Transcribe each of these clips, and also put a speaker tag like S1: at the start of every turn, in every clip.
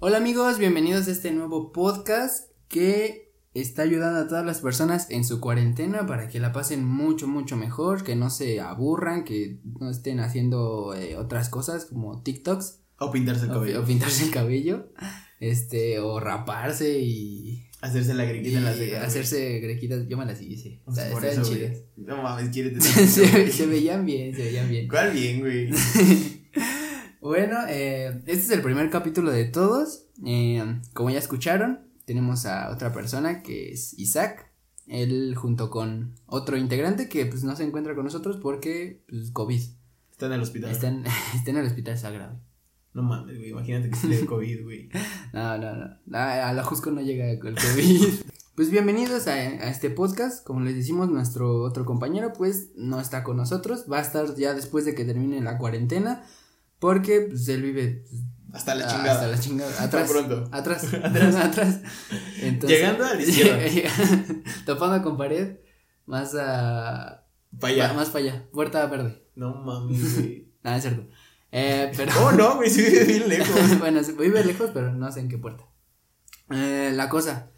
S1: Hola amigos, bienvenidos a este nuevo podcast que está ayudando a todas las personas en su cuarentena para que la pasen mucho, mucho mejor, que no se aburran, que no estén haciendo eh, otras cosas como TikToks
S2: O pintarse el
S1: o,
S2: cabello.
S1: o pintarse el cabello, este, o raparse y,
S2: Hacerse la grequita en la
S1: y
S2: ceja.
S1: hacerse grequitas, yo me las hice,
S2: güey. O sea,
S1: está-
S2: Pues
S1: están
S2: por eso,
S1: chidas.
S2: güey. No mames, quiere
S1: se, se veían bien, se veían bien.
S2: ¿Cuál bien, güey?
S1: Bueno, eh, este es el primer capítulo de todos. Eh, como ya escucharon, tenemos a otra persona que es Isaac. Él junto con otro integrante que pues no se encuentra con nosotros porque pues, COVID.
S2: Está en el hospital.
S1: Está en, está en el hospital sagrado.
S2: No mames, güey. Imagínate que se le dé COVID, güey.
S1: No, no, no. no, A la Jusco no llega el COVID. pues bienvenidos a, a este podcast. Como les decimos, nuestro otro compañero, pues, no está con nosotros. Va a estar ya después de que termine la cuarentena. Porque pues, él vive pues,
S2: Hasta la
S1: Ah,
S2: chingada.
S1: Hasta la chingada. Atrás.
S2: pronto.
S1: Atrás. atrás. Entonces-
S2: Llegando a la izquierda.
S1: topando con pared. Más a.
S2: Para allá.
S1: Más para allá. Puerta verde.
S2: No mames, güey.
S1: Nada, es cierto. Eh, pero.
S2: Oh, no, güey. Sí, vive bien lejos.
S1: bueno, se vive lejos, pero no sé en qué puerta. Eh, la cosa.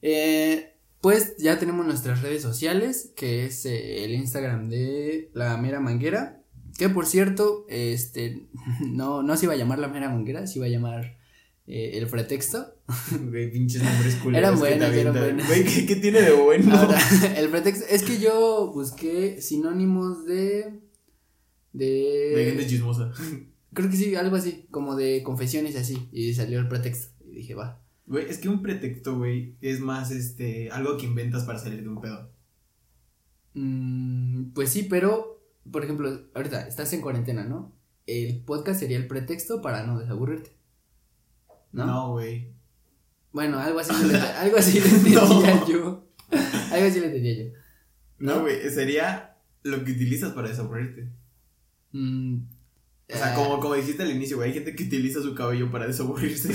S1: eh, pues ya tenemos nuestras redes sociales, que es eh, el Instagram de la mera manguera. Que por cierto, este no, no se iba a llamar la mera manguera, se iba a llamar eh, el pretexto.
S2: Güey, pinches nombres
S1: Eran
S2: culeros. que te
S1: buenas, eran
S2: avientan.
S1: buenas.
S2: Güey, ¿qué, qué tiene de bueno?
S1: Ahora, el pretexto. Es que yo busqué sinónimos de. De. eh,
S2: De gente chismosa.
S1: creo que sí, algo así, como de confesiones así. Y salió el pretexto. Y dije, va.
S2: Güey, es que un pretexto, güey, es más, este, algo que inventas para salir de un pedo.
S1: Mm, pues sí, pero, por ejemplo, ahorita estás en cuarentena, ¿no? El podcast sería el pretexto para no desaburrirte. ¿No?
S2: No, güey.
S1: Bueno, algo así, le- algo así le entendía
S2: No.
S1: yo. Algo así le entendía yo.
S2: No, güey, sería lo que utilizas para desaburrirte.
S1: Mm,
S2: O sea,
S1: eh,
S2: como, como dijiste al inicio, güey, hay gente que utiliza su cabello para desaburrirse.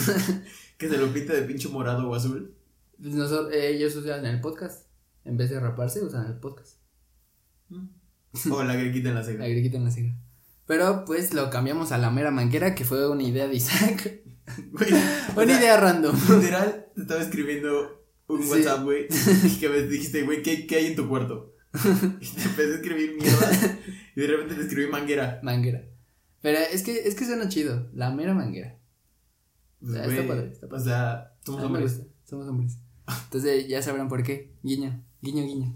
S2: que se lo pinta de pinche morado o azul.
S1: pues nosotros- ellos usan el podcast. En vez de raparse, usan el podcast. Mm.
S2: O la grequita en la ceja.
S1: La griquita en la ceja. Pero pues lo cambiamos a la mera manguera, que fue una idea de Isaac.
S2: Güey, o
S1: una
S2: sea,
S1: idea random.
S2: literal, te estaba escribiendo un
S1: Sí.
S2: WhatsApp, güey, y que me dijiste, güey, ¿qué, qué hay en tu cuarto? Y te empecé a escribir mierda y de repente te escribí manguera.
S1: Manguera. Pero es que, es que suena chido. La mera manguera.
S2: Pues,
S1: Ah, está
S2: güey,
S1: padre, Ah, está
S2: O sea, somos
S1: A mí me
S2: hombres.
S1: gusta, somos hombres. Entonces ya sabrán por qué. Guiño, guiño, guiño.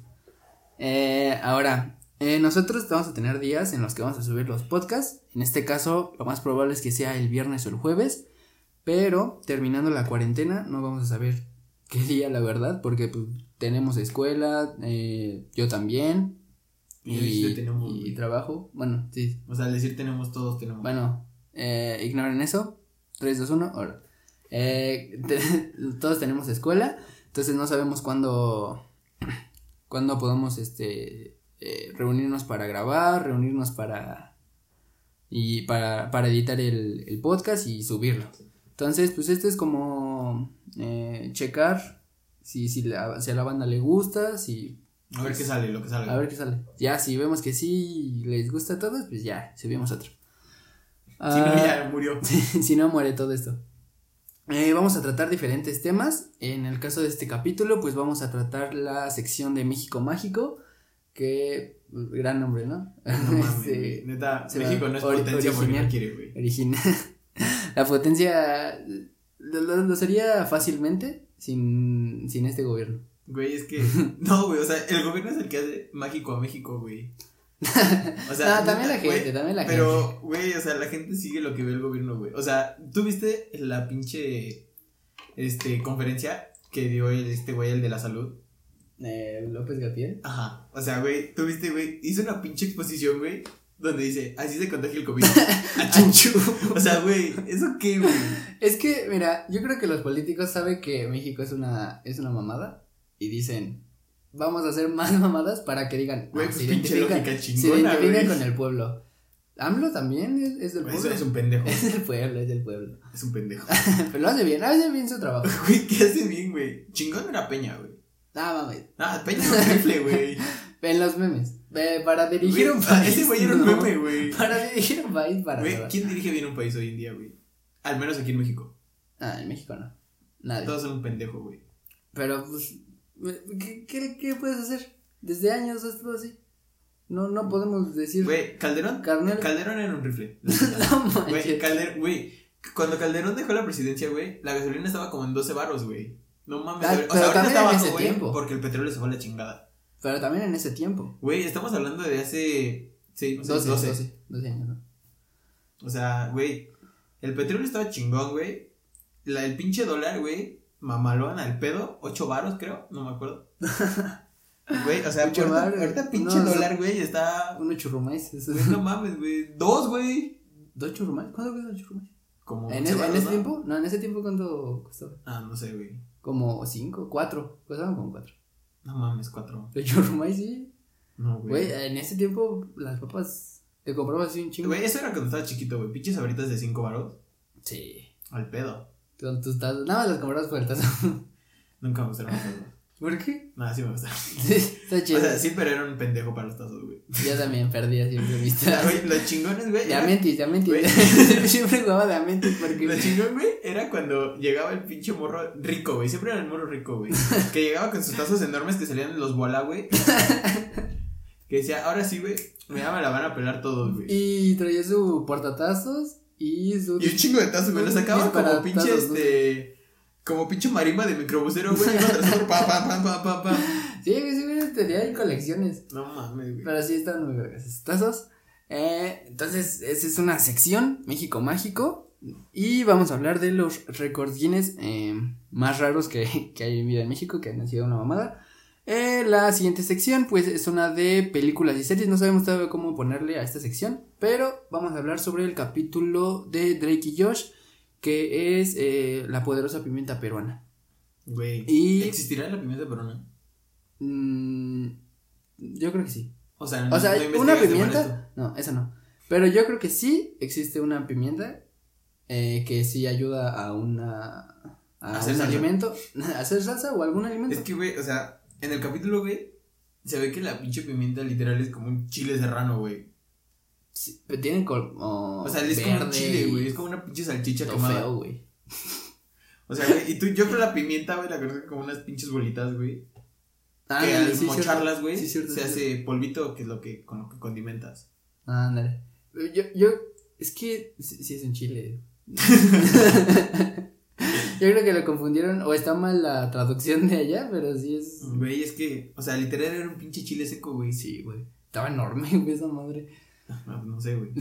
S1: Eh, ahora, eh, nosotros vamos a tener días en los que vamos a subir los podcasts. En este caso, lo más probable es que sea el viernes o el jueves. Pero terminando la cuarentena, no vamos a saber qué día, la verdad, porque pues, tenemos escuela, eh, yo también.
S2: Y yo tenemos,
S1: y
S2: güey.
S1: trabajo. Bueno, sí,
S2: O sea, al decir tenemos todos, tenemos.
S1: bueno, eh, ignoren eso. 3, 2, 1, ahora. Eh, te- todos tenemos escuela, entonces no sabemos cuándo, cuándo podamos este, eh, reunirnos para grabar, reunirnos para, y para, para editar el, el podcast y subirlo. Entonces, pues este es como eh, checar si, si, la- si a la banda le gusta, si
S2: a ver qué sale, lo que sale.
S1: a ver qué sale. Ya, si vemos que sí les gusta a todos, pues ya, subimos otro.
S2: Si no,
S1: Ah,
S2: ya murió.
S1: si no, muere todo esto. Eh, vamos a tratar diferentes temas. En el caso de este capítulo, pues vamos a tratar la sección de México Mágico, que pues, gran nombre, ¿no?
S2: No mames,
S1: Este,
S2: güey. Neta,
S1: se
S2: México
S1: va-
S2: no es
S1: ori-
S2: potencia porque
S1: original.
S2: no quiere, güey.
S1: original. la potencia lo, lo- lo sería fácilmente sin, sin este gobierno.
S2: Güey, es que. No, güey, o sea, el gobierno es el que hace mágico a México, güey. O sea,
S1: No, Ah, también la
S2: neta, güey,
S1: gente, también la gente.
S2: Pero, güey, o sea, la gente sigue lo que ve el gobierno, güey. O sea, ¿tú viste la pinche este, conferencia que dio el, este güey, el de la salud?
S1: Eh, López Gatiel.
S2: Ajá. O sea, güey, ¿tú viste, güey? Hizo una pinche exposición, güey, donde dice, así se contagia el COVID. Achinchu. o sea, güey, ¿eso qué, güey?
S1: Es que, mira, yo creo que los políticos saben que México es una, es una mamada y dicen, vamos a hacer más mamadas para que digan,
S2: Güey,
S1: "Ah,
S2: pues pinche lógica
S1: se
S2: chingona,
S1: identifican
S2: güey.
S1: con el pueblo. AMLO también es, es del
S2: Güey,
S1: pueblo.
S2: eso es un pendejo.
S1: Es del pueblo, es del pueblo.
S2: Es un pendejo.
S1: Pero lo hace bien, hace bien su trabajo.
S2: Güey, ¿qué hace bien, güey? Chingón era Peña, güey.
S1: Nada mames.
S2: Ah, Peña era un rifle, güey.
S1: En los memes. Ve, para dirigir
S2: Güey,
S1: un país.
S2: Ese güey era un
S1: no.
S2: meme, güey.
S1: Para dirigir un país, para
S2: Güey,
S1: nada.
S2: ¿quién dirige bien un país hoy en día, güey? Al menos aquí en México.
S1: Ah, en México no. Nadie.
S2: Todos son un pendejo, güey.
S1: Pero pues, ¿qué, qué, qué puedes hacer? Desde años es todo así. No, no podemos decir.
S2: Güey, Calderón.
S1: Carnal.
S2: Calderón era un rifle.
S1: no
S2: Güey,
S1: manches.
S2: Calder- güey, cuando Calderón dejó la presidencia, güey, la gasolina estaba como en 12 baros, güey. No mames,
S1: Ah,
S2: ahor- o
S1: pero
S2: sea, ahorita
S1: también
S2: está
S1: en
S2: bajo,
S1: ese
S2: güey,
S1: tiempo.
S2: porque el petróleo se fue a la chingada.
S1: Pero también en ese tiempo.
S2: Güey, estamos hablando de hace sí,
S1: 12,
S2: 12.
S1: 12, 12 años, ¿no?
S2: O sea, güey, el petróleo estaba chingón, güey. La, el pinche dólar, güey, mamalón al pedo, 8 baros, creo, no me acuerdo. Güey, o sea,
S1: Ocho
S2: ahorita,
S1: varos.
S2: ahorita pinche
S1: No, no.
S2: dólar, güey, está...
S1: Uno churrumais. eso
S2: güey,
S1: es-
S2: no mames, güey, dos, güey.
S1: ¿Dos churrumais? ¿Cuánto cuesta un churrumais?
S2: Como
S1: ¿En,
S2: 11
S1: ese, en
S2: varos,
S1: ese
S2: ¿no?
S1: tiempo? No, en ese tiempo cuánto costaba.
S2: Ah, no sé, güey.
S1: Como cinco, cuatro. Costaban como cuatro.
S2: No mames, cuatro.
S1: Los churrumais, sí.
S2: No,
S1: Güey, en ese tiempo las papas te comprabas así un chingo.
S2: Güey, eso era cuando estaba chiquito, güey. Pinches sabritas de 5 varos.
S1: Sí.
S2: Al pedo.
S1: Con tus tazos. Nada más las comprabas por el tazo.
S2: Nunca me gustaron los tazos.
S1: ¿Por qué?
S2: Nada, sí me gustaron.
S1: Sí, Está
S2: O
S1: chido.
S2: sea, sí, pero era un pendejo para los tazos, güey.
S1: Yo también perdía siempre mis tazos.
S2: Güey, los chingones, güey.
S1: De
S2: era-
S1: Amentis, de
S2: Güey.
S1: Amentis. Siempre jugaba de Amentis porque.
S2: Lo chingón, güey, era cuando llegaba el pinche morro rico, güey. Siempre era el morro rico, güey. Que llegaba con sus tazos enormes que salían de los bola, güey. Que decía, ahora sí, güey, me ya me la van a pelar todos, güey.
S1: Y traía su portatazos y su.
S2: Y un chingo de tazos, güey. Lo sacaban como
S1: Disparatazos,
S2: pinche,
S1: ¿no?
S2: este. Como pinche marimba de microbusero, güey. Uno tras otro, pa, pa, pa, pa, pa, pa.
S1: Sí, güey, sí, güey, tenía ahí colecciones.
S2: No mames, güey.
S1: Pero sí están muy vergas esos tazos. Eh, entonces, esa es una sección, México Mágico. Y vamos a hablar de los récords Guinness eh, más raros que, que hay en vida en México, que han sido una mamada. Eh, la siguiente sección, pues, es una de películas y series. No sabemos todavía cómo ponerle a esta sección, pero vamos a hablar sobre el capítulo de Drake y Josh, que es eh, La poderosa pimienta peruana.
S2: Güey.
S1: Y-
S2: ¿Existirá la pimienta peruana?
S1: Mm, yo creo que sí.
S2: O sea,
S1: O sea,
S2: Ah, investigaste
S1: una
S2: para
S1: pimienta. No, esa no. Pero yo creo que sí existe una pimienta eh, que sí ayuda a una. a
S2: Hacer
S1: un
S2: salsa.
S1: alimento. a hacer salsa o algún
S2: esto.
S1: alimento.
S2: Es que, güey, o sea, en el capítulo, güey, se ve que la pinche pimienta literal es como un chile serrano, güey.
S1: Sí, pero tienen como.
S2: O sea, es como un chile, güey. Es como una pinche salchicha quemada.
S1: feo, güey.
S2: O sea, güey, y tú, yo con la pimienta, güey, la conozco como unas pinches bolitas, güey. que
S1: Ándale,
S2: al
S1: Ah, sí, cierto.
S2: mocharlas, güey,
S1: Sí, cierto,
S2: se
S1: sí,
S2: hace polvito, que es lo que, con lo que condimentas.
S1: Ándale. Yo, yo. Es que sí, sí es un chile. yo creo que lo confundieron. O está mal la traducción de allá, pero sí es.
S2: Güey, es que, o sea, literal era un pinche chile seco, güey.
S1: Sí, güey. Estaba enorme, güey, esa madre.
S2: Ah, No sé, güey.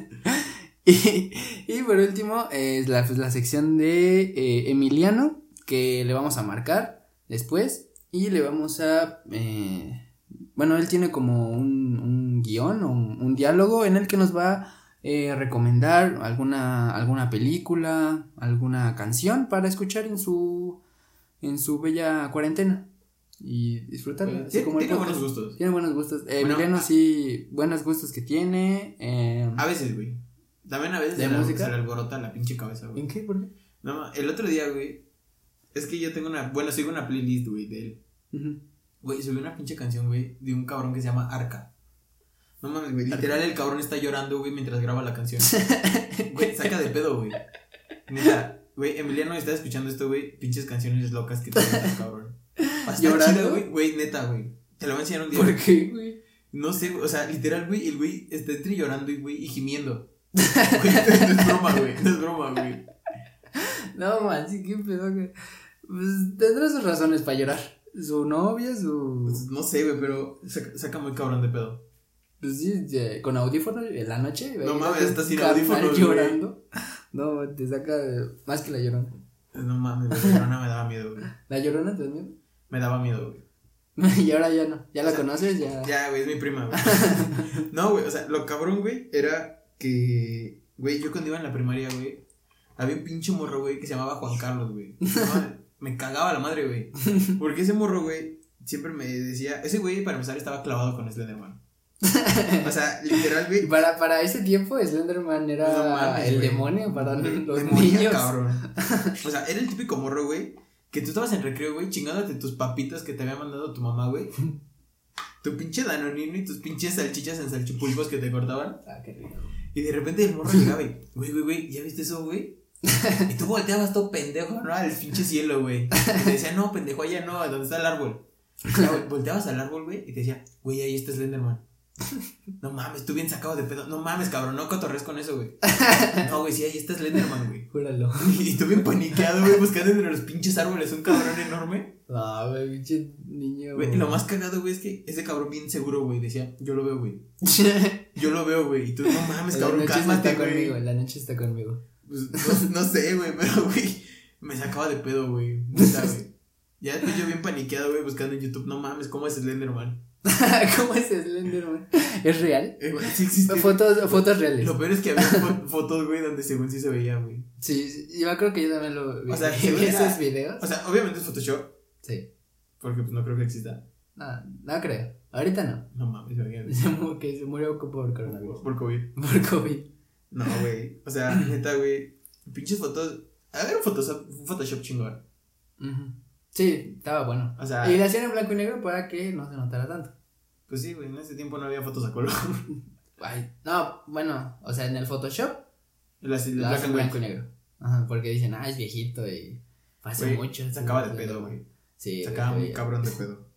S1: y, y por último es la, pues, la sección de eh, Emiliano, que le vamos a marcar después y le vamos a... eh, bueno, él tiene como un, un guión o un, un diálogo en el que nos va a eh, recomendar alguna, alguna película, alguna canción para escuchar en su, en su bella cuarentena y disfrutarla. así
S2: Tiene,
S1: como el
S2: tiene buenos
S1: podcast.
S2: gustos.
S1: Tiene buenos gustos. Eh,
S2: Bueno,
S1: Emiliano
S2: ah.
S1: sí, buenos gustos que tiene. eh,
S2: A veces, güey. También a veces
S1: ¿De
S2: se, le-
S1: música?
S2: se le alborota la pinche cabeza, güey.
S1: ¿En qué? ¿Por qué?
S2: No, ma, el otro día, güey. Es que yo tengo una. Bueno, sigo una playlist, güey, de él.
S1: Ujú.
S2: Güey, subí una pinche canción, güey, de un cabrón que se llama Arca. No mames, güey. Literal, el cabrón está llorando, güey, mientras graba la canción. Güey, saca de pedo, güey. Neta, güey, Emiliano está escuchando esto, güey. Pinches canciones locas que te el cabrón. Está
S1: ¿Llorando?
S2: chido, güey. Güey, neta, güey. Te lo voy a enseñar un día.
S1: ¿Por qué, güey?
S2: No sé, güey, o sea, literal, güey, el güey está entre llorando y, güey, y gimiendo. Güey, no es broma, güey. No es broma, güey.
S1: No, man, sí, qué pedo, güey. Pues tendrá sus razones para llorar. Su novia,
S2: Pues,
S1: su.
S2: no sé, güey, pero saca, saca muy cabrón de pedo.
S1: Pues sí, ya, con audífono en la noche.
S2: No
S1: ahí
S2: mames,
S1: está
S2: está sin
S1: carnal
S2: audífonos, güey.
S1: llorando. No, te saca eh, más que la llorona.
S2: No mames, güey, la llorona me daba miedo, güey.
S1: La llorona también.
S2: Me daba miedo, güey.
S1: y ahora ya no. Ya la conoces, ya.
S2: Ya, güey, es mi prima, güey. No, güey, o sea, lo cabrón, güey, era que, güey, yo cuando iba en la primaria, güey, había un pinche morro, güey, que se llamaba Juan Carlos, güey. No, me cagaba la madre, güey. Porque ese morro, güey, siempre me decía, ese güey, para empezar, estaba clavado con Slenderman. O sea,
S1: Y
S2: literal, güey.
S1: Para, para ese tiempo, Slenderman era
S2: No mames,
S1: el
S2: güey.
S1: demonio para los
S2: demonio,
S1: niños.
S2: cabrón. O sea, era el típico morro, güey, que tú estabas en recreo, güey, chingándote tus papitas que te había mandado tu mamá, güey. Tu pinche danonino y tus pinches salchichas en salchipulpos que te cortaban.
S1: Ah, qué rico.
S2: Y de repente el morro llegaba y, güey, güey, güey, ¿ya viste eso, güey? Y tú volteabas todo pendejo, ¿no? Al pinche cielo, güey. Y te decía, no, pendejo, allá no, donde está el árbol. Ya, güey, volteabas al árbol, güey, y te decía, güey, ahí está Slenderman. No mames, tú bien sacado de pedo. No mames, cabrón, no cotorres con eso, güey. No, güey, sí, ahí está Slenderman, güey.
S1: Júralo.
S2: Y tú bien paniqueado, güey, buscando entre los pinches árboles un cabrón enorme.
S1: Ah, güey, pinche niño.
S2: Güey, y lo más cagado, güey, es que ese cabrón bien seguro, güey, decía, yo lo veo, güey. Yo lo veo, güey. Y tú, no mames,
S1: la
S2: cabrón,
S1: noche está
S2: cálmate, Este, güey.
S1: conmigo, la noche está conmigo.
S2: Pues, no, no sé, güey, pero, güey, me sacaba de pedo, güey. Neta, güey. Ya después yo bien paniqueado, güey, buscando en YouTube, no mames, ¿cómo es Slenderman?
S1: ¿Cómo es Slenderman? ¿Es real?
S2: Eh, güey, sí existe.
S1: Fotos, fotos reales.
S2: Lo peor es que había fo- fotos, güey, donde según sí se veía, güey.
S1: Sí, sí, yo creo que yo también lo vi.
S2: O sea,
S1: ¿Vi
S2: según era-
S1: esos videos?
S2: O sea, obviamente es Photoshop,
S1: Sí.
S2: porque pues no creo que exista.
S1: No, no creo. Ahorita no.
S2: No mames, se veía. güey.
S1: Se mu- que se murió co- por coronavirus.
S2: Por COVID.
S1: Por COVID.
S2: No, güey. O sea, neta, güey. Pinches fotos. A ver, un Photoshop, un Photoshop chingón.
S1: Ujú. Sí, estaba bueno.
S2: O sea,
S1: Y la hacían en blanco y negro para que no se notara tanto.
S2: pues sí, güey, en ese tiempo no había fotos a color.
S1: Ay, no, bueno, o sea, en el Photoshop
S2: Las, las
S1: lo
S2: black
S1: hacen
S2: and
S1: blanco
S2: white.
S1: y negro. Ajá, porque dicen, ah, es viejito y hace
S2: Güey,
S1: mucho.
S2: Se acaba de pedo, güey.
S1: Sí,
S2: Se acaba muy
S1: ya.
S2: cabrón de pedo.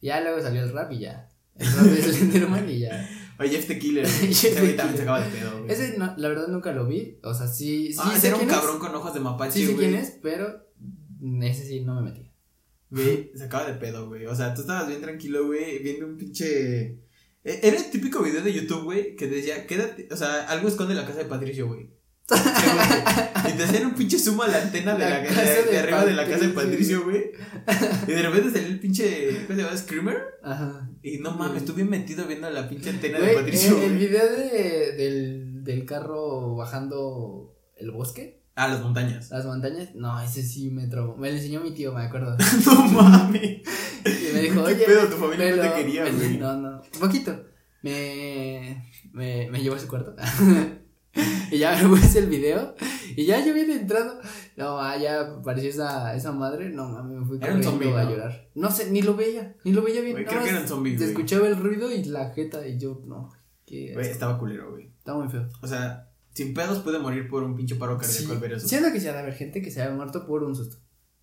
S1: Ya luego salió el rap y ya. El rap de Slenderman y ya.
S2: Oye, Jeff the Killer. güey.
S1: Jeff
S2: Ese
S1: the
S2: güey también
S1: Killer.
S2: se acaba de pedo, güey.
S1: Ese, no- la verdad, nunca lo vi. O sea, sí, sí
S2: ah, ese
S1: sé
S2: era un
S1: quién es.
S2: cabrón con ojos de mapache,
S1: Sí sé
S2: güey.
S1: quién es, pero mm, ese sí no me metí.
S2: Güey, se acaba de pedo, güey. O sea, tú estabas bien tranquilo, güey, viendo un pinche. E- Era el típico video de YouTube, güey, que decía, quédate, o sea, algo esconde la casa de Patricio, güey. Sí, güey. Y te hacían un pinche zoom a la antena de,
S1: La
S2: la, de-
S1: casa
S2: de
S1: de
S2: arriba de la casa de
S1: Patricio.
S2: Patricio, güey. Y de repente salió el pinche, ¿cómo se llama? Screamer.
S1: Ajá.
S2: Y no mames, estuve bien metido viendo la pinche antena
S1: Güey,
S2: de Patricio,
S1: eh, el,
S2: güey.
S1: video de, del, del carro bajando el bosque,
S2: Ah, las montañas.
S1: las montañas, no, ese sí me traumó. Me lo enseñó mi tío, me acuerdo.
S2: No mames.
S1: Y me dijo,
S2: ¿Qué
S1: oye.
S2: pedo? Tu familia
S1: me
S2: no
S1: lo-
S2: te quería,
S1: me-
S2: güey.
S1: No, no, un poquito. Me, me, me llevó a su cuarto. y ya me puse el video. Y ya yo vine entrando. No, ah, ya apareció esa, esa madre. No, mami, me fui
S2: Era un
S1: corriendo
S2: zombie,
S1: a
S2: ¿no?
S1: llorar. No sé, ni lo veía, ni lo veía bien.
S2: Güey,
S1: no,
S2: creo que eran zombies,
S1: Te
S2: güey.
S1: escuchaba el ruido y la jeta. Y yo, no, que
S2: Güey, estaba culero, güey.
S1: está muy feo.
S2: O sea, sin pedos pude morir por un pinche paro cardíaco
S1: Sí,
S2: al ver eso.
S1: siento que se ha de haber gente que se haya muerto por un susto.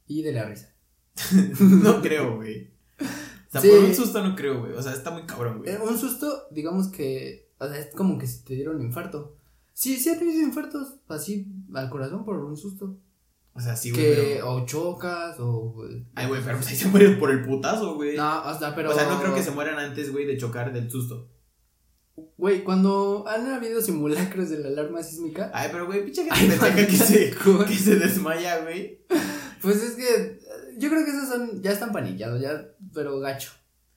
S1: Y de la risa.
S2: No creo, güey. O sea,
S1: Sí.
S2: por un susto no creo, güey. O sea, está muy cabrón, güey.
S1: Eh, Un susto, digamos que. O sea, es como que si te dieron un infarto. Sí, sí ha tenido infartos así al corazón por un susto.
S2: O sea, sí, güey.
S1: que
S2: Pero...
S1: o chocas o.
S2: Ay, güey, pero pues ahí se mueren por el putazo, güey.
S1: No, o sea, pero.
S2: O sea, no creo que se mueran antes, güey, de chocar del susto.
S1: Güey, cuando han habido simulacros de la alarma sísmica.
S2: Ay, pero, güey, pinche
S1: Ay,
S2: gente pendeja que se,
S1: maldita.
S2: que se desmaya, güey.
S1: Pues es que. eh, Yo creo que esos son. Ya están panillados, ya. Pero gacho.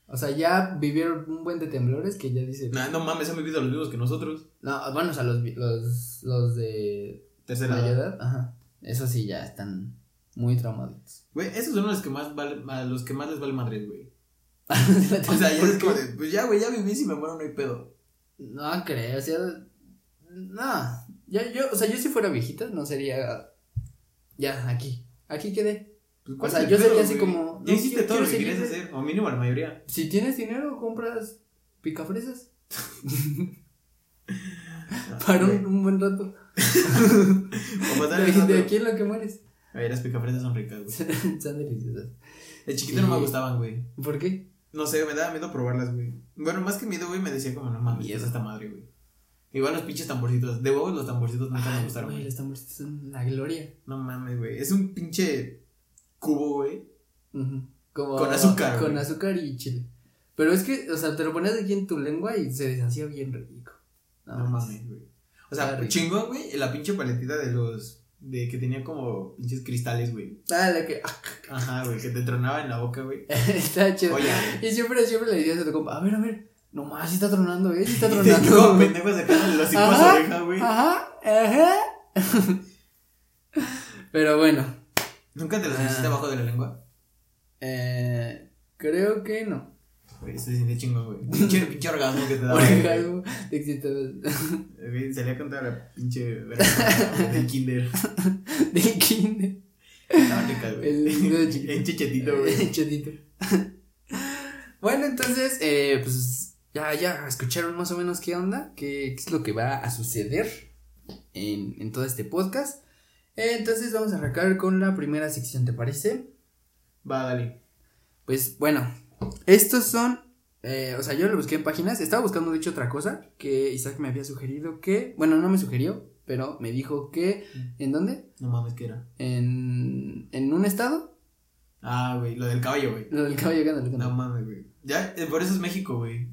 S1: O sea, ya vivieron un buen de temblores que ya dicen.
S2: Nah, no mames, han vivido los mismos que nosotros.
S1: No, bueno, o sea, los, vi- los, los de
S2: Tercera
S1: mayor
S2: edad.
S1: edad, ajá. Eso sí, ya están muy traumaditos.
S2: Güey, esos son los que más vale, a los que más les vale madre, güey. O
S1: o
S2: sea, ya es como de, pues ya, güey, ya viví, si me muero no hay pedo.
S1: No creo, o sea, no. Yo, yo, o sea, yo si fuera viejita, no sería. Ya, aquí. Aquí quedé.
S2: Pues,
S1: O
S2: ¿cuál
S1: sea,
S2: es el
S1: yo sería
S2: pedo,
S1: así
S2: güey?
S1: como,
S2: Ya
S1: no,
S2: hiciste
S1: quiero-
S2: todo lo que
S1: quiero
S2: querías
S1: seguir-
S2: hacer, o mínimo la mayoría.
S1: Si tienes dinero, compras picafresas. Para un, un buen rato.
S2: O pasar el
S1: De
S2: rato.
S1: aquí en lo que mueres.
S2: Ay, las picafresas son ricas, güey.
S1: Están deliciosas.
S2: De chiquito no me
S1: Sí.
S2: gustaban, güey.
S1: ¿Por qué?
S2: No sé, me daba miedo probarlas, güey. Bueno, más que miedo, güey, me decía como, no mames, ¿qué es esta madre, güey. Igual los pinches tamborcitos. De huevos los tamborcitos nunca me
S1: Ay,
S2: gustaron,
S1: güey,
S2: güey.
S1: los tambores son la gloria.
S2: No mames, güey. Es un pinche cubo, güey.
S1: Ujú. Como-
S2: Con azúcar,
S1: Con
S2: güey.
S1: azúcar y chile. Pero es que, o sea, te lo pones aquí en tu lengua y se deshacía bien rico.
S2: No,
S1: manches.
S2: mames, güey. O
S1: Está
S2: sea,
S1: rico.
S2: chingón, güey, la pinche paletita de los... De que tenía como pinches cristales, güey.
S1: Ah, la que.
S2: Ajá, güey, que te tronaba en la boca, güey.
S1: está chido.
S2: Oye,
S1: Y siempre, siempre le decías a tu compa, a ver, a ver, nomás sí está tronando, ¿eh? Sí está
S2: y te como
S1: tronando.
S2: pendejo sacándole los hijos
S1: Ajá, Ah.
S2: a oreja, güey.
S1: Ajá, ajá. Pero bueno,
S2: ¿Nunca te los hiciste
S1: Ah.
S2: abajo de la lengua?
S1: eh, creo que no.
S2: Güey, se siente chingón, güey. Pinche, pinche orgasmo que te da. güey. Eh,
S1: Oreja, algo de excitados.
S2: Güey, Salía con toda la pinche verga del kinder.
S1: Del kinder.
S2: Estaba rica, güey.
S1: El niño chiquito.
S2: El chichetito, güey.
S1: Chetito. bueno, entonces, eh, pues ya, ya escucharon más o menos qué onda, qué, qué es lo que va a suceder en, en todo este podcast. Eh, entonces vamos a arrancar con la primera sección, ¿te parece?
S2: Va, dale.
S1: Pues bueno, estos son. eh, o sea, yo lo busqué en páginas. Estaba buscando, de hecho, otra cosa que Isaac me había sugerido que. Bueno, no me sugirió, pero me dijo que. ¿En dónde?
S2: No mames, ¿qué era?
S1: En, en un estado.
S2: Ah, güey, lo del caballo, güey.
S1: Lo del caballo Gandalf,
S2: No
S1: Gandalf.
S2: mames, güey. Ya, eh, por eso es México, güey.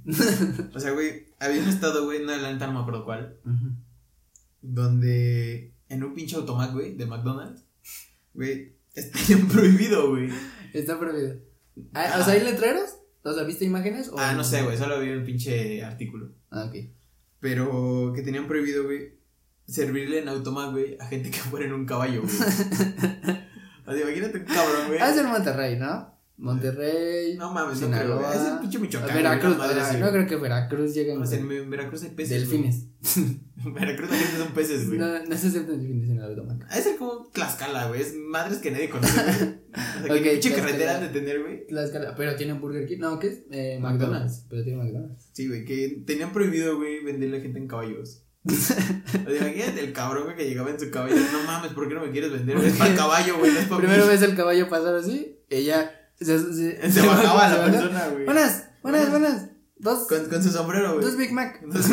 S2: O sea, güey, había un estado, güey, no adelante, no me acuerdo cuál,
S1: Ujú.
S2: donde en un pinche automac, güey, de McDonald's, güey, estarían prohibido, güey.
S1: Está prohibido. Ah, O sea, ¿hay letreros? O sea, ¿viste imágenes? O...
S2: Ah, no sé, güey, solo vi un pinche artículo.
S1: Ah, ok.
S2: Pero que tenían prohibido, güey, servirle en automac, güey, a gente que fuera en un caballo, güey. O sea, imagínate un cabrón, güey.
S1: Ah, es en Monterrey, ¿no? Monterrey.
S2: No mames, no creo, güey. Es el pinche Michoacán. güey,
S1: Veracruz,
S2: una madre
S1: ah,
S2: así,
S1: no
S2: güey.
S1: creo que Veracruz llegue
S2: O sea,
S1: en
S2: en Veracruz hay peces. güey.
S1: delfines.
S2: En Veracruz la gente son peces, güey.
S1: No, no se aceptan delfines en el automático.
S2: Ha de ser como Tlaxcala, güey. Es madres que nadie conoce, güey. O sea,
S1: Ok,
S2: que pinche
S1: Tlaxcala.
S2: carretera han de tener, güey.
S1: Tlaxcala, pero tienen Burger King. No, ¿qué es? Eh, McDonald's.
S2: McDonald's.
S1: Pero tiene McDonald's.
S2: Sí, güey. Que tenían prohibido, güey, venderle a gente en caballos. O sea, imagínate el cabrón, güey, que llegaba en su caballo. No mames, ¿por qué no me quieres vender? güey? Es para el caballo, güey. No es para
S1: Primero
S2: mí.
S1: ves el caballo pasar así. Ella se, se,
S2: Se bajaba
S1: se
S2: la
S1: baja.
S2: persona, güey.
S1: Buenas, buenas, buenas. Dos,
S2: Con, con su sombrero, güey.
S1: dos Big Mac
S2: Entonces,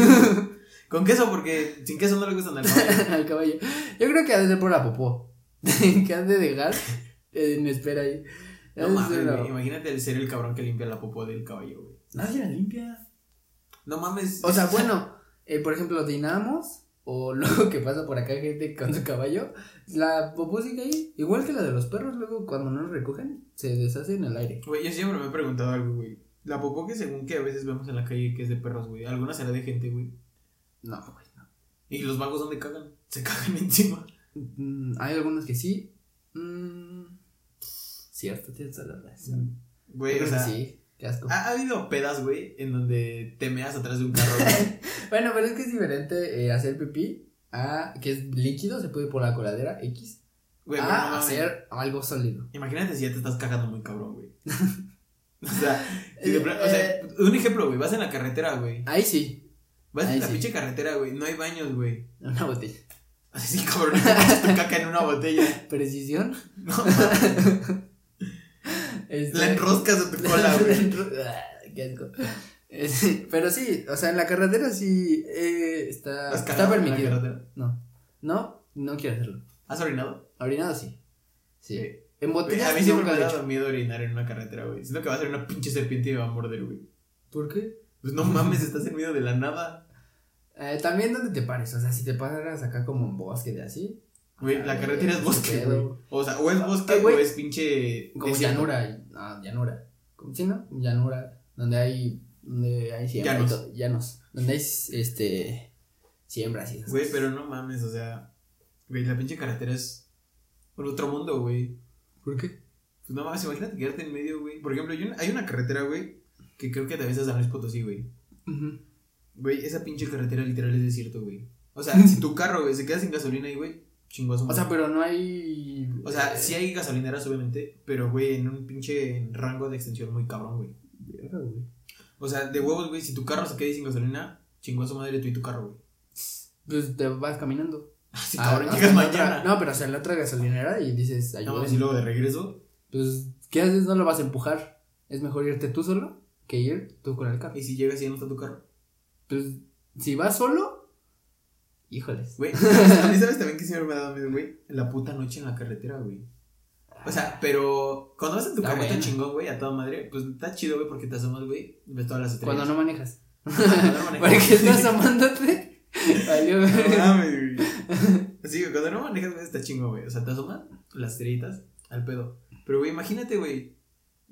S2: con queso, porque sin queso no le gustan al caballo.
S1: al caballo. Yo creo que ha de ser por la popó. que han de dejar eh, en espera ahí. Ha
S2: No
S1: de
S2: mames,
S1: ser la-
S2: güey. Imagínate el ser el cabrón que limpia la popó del caballo, güey.
S1: Nadie la limpia.
S2: No mames.
S1: O sea, bueno, eh, por ejemplo, dinamos. O luego que pasa por acá gente con su caballo. La popó sigue ahí. Igual que la de los perros, luego cuando no los recogen, se deshace en el aire.
S2: Güey, yo siempre me he preguntado algo, güey. La popó que según que a veces vemos en la calle que es de perros, güey. Alguna será de gente, güey.
S1: No, güey, no.
S2: ¿Y los vagos dónde cagan? Se cagan encima.
S1: Mm, hay algunos que sí. Mm, cierto, tienes toda la razón.
S2: Mm, Güey,
S1: Yo
S2: o
S1: creo que
S2: sea. ah.
S1: sí, qué asco.
S2: Ha, ha habido pedas, güey, en donde te meas atrás de un carro, güey.
S1: Bueno, pero es que es diferente eh, hacer pipí a que es líquido, se puede ir por la coladera X,
S2: Güey, pero no
S1: Ah, a
S2: mames.
S1: hacer algo sólido.
S2: Imagínate si ya te estás cagando muy cabrón, güey. O sea, si de
S1: Eh,
S2: plan- o sea, un ejemplo, güey, vas en la carretera, güey.
S1: Ahí sí,
S2: Vas
S1: ahí
S2: en la
S1: sí.
S2: pinche carretera, güey. No hay baños, güey.
S1: una botella.
S2: Así, cabrón, te echas tu caca en una botella.
S1: Precisión.
S2: No, mames.
S1: este-
S2: la enroscas de tu cola,
S1: La
S2: güey.
S1: enro- Ah, qué asco. Este, pero sí, o sea, en la carretera sí eh, está,
S2: ¿Has
S1: está
S2: cagado en la
S1: permitido.
S2: carretera?
S1: No, no, no quiero hacerlo.
S2: ¿Has orinado?
S1: Orinado sí. Sí.
S2: Sí.
S1: En
S2: Güey,
S1: botellas
S2: a mí siempre
S1: nunca
S2: me ha
S1: lo he hecho.
S2: dado miedo orinar en una carretera, güey. Siento que va a ser una pinche serpiente y me va a morder, güey.
S1: ¿Por qué?
S2: Pues no mames, estás en medio de la nada.
S1: Eh, también donde te pares, o sea, si te paras acá como en bosque de así.
S2: Güey, la
S1: Ay,
S2: carretera es
S1: ese
S2: bosque,
S1: pedo.
S2: güey. O sea, o es bosque
S1: Ay, Ah, güey.
S2: o es pinche.
S1: Como
S2: desierto.
S1: llanura, y- ah, llanura. ¿Cómo sí, no? Llanura, donde hay, donde hay siembra y
S2: Llanos.
S1: todo, llanos, donde hay, este, siembras y esas
S2: Güey,
S1: cosas.
S2: pero no mames, o sea. Güey, la pinche carretera es un otro mundo, güey.
S1: ¿Por qué?
S2: Pues no mames, imagínate quedarte en medio, güey. Por ejemplo, hay una, hay una carretera, güey, que creo que atraviesa San Luis Potosí, güey.
S1: Ujú.
S2: Güey, esa pinche carretera literal es desierto, güey. O sea, si tu carro, güey, se queda sin gasolina ahí, güey, chingoso.
S1: O sea, pero no hay...
S2: O sea,
S1: eh,
S2: sí hay gasolineras, obviamente, pero, güey, en un pinche rango de extensión muy cabrón, güey.
S1: verga, güey.
S2: O sea, de huevos, güey, si tu carro se queda sin gasolina, chingó a su madre tú y tu carro, güey.
S1: Pues te vas caminando.
S2: Así,
S1: Ah,
S2: cabrón,
S1: no,
S2: llegas
S1: en la otra-
S2: mañana. No,
S1: No, pero o sea, en la otra gasolinera y dices,
S2: mames,
S1: ayúdenme.
S2: y luego de regreso.
S1: Pues, ¿qué haces? No lo vas a empujar. Es mejor irte tú solo que ir tú con el carro.
S2: ¿Y si llegas y ya no está tu carro?
S1: Pues, si vas solo, híjoles.
S2: Güey, a mí sabes también que siempre me ha dado miedo, güey. La puta noche en la carretera, güey. O sea, pero cuando vas en tu
S1: Está
S2: carro
S1: bueno.
S2: chingón, güey, a toda madre, pues está chido, güey, porque te asomas, güey, y ves todas las estrellas.
S1: Cuando no manejas.
S2: Cuando no manejas.
S1: Porque estás amándote. Valió,
S2: No
S1: güey.
S2: mames, güey. Sí, güey, cuando no manejas, güey, está chingo, güey. O sea, te asomas las estrellitas al pedo. Pero, güey, imagínate, güey.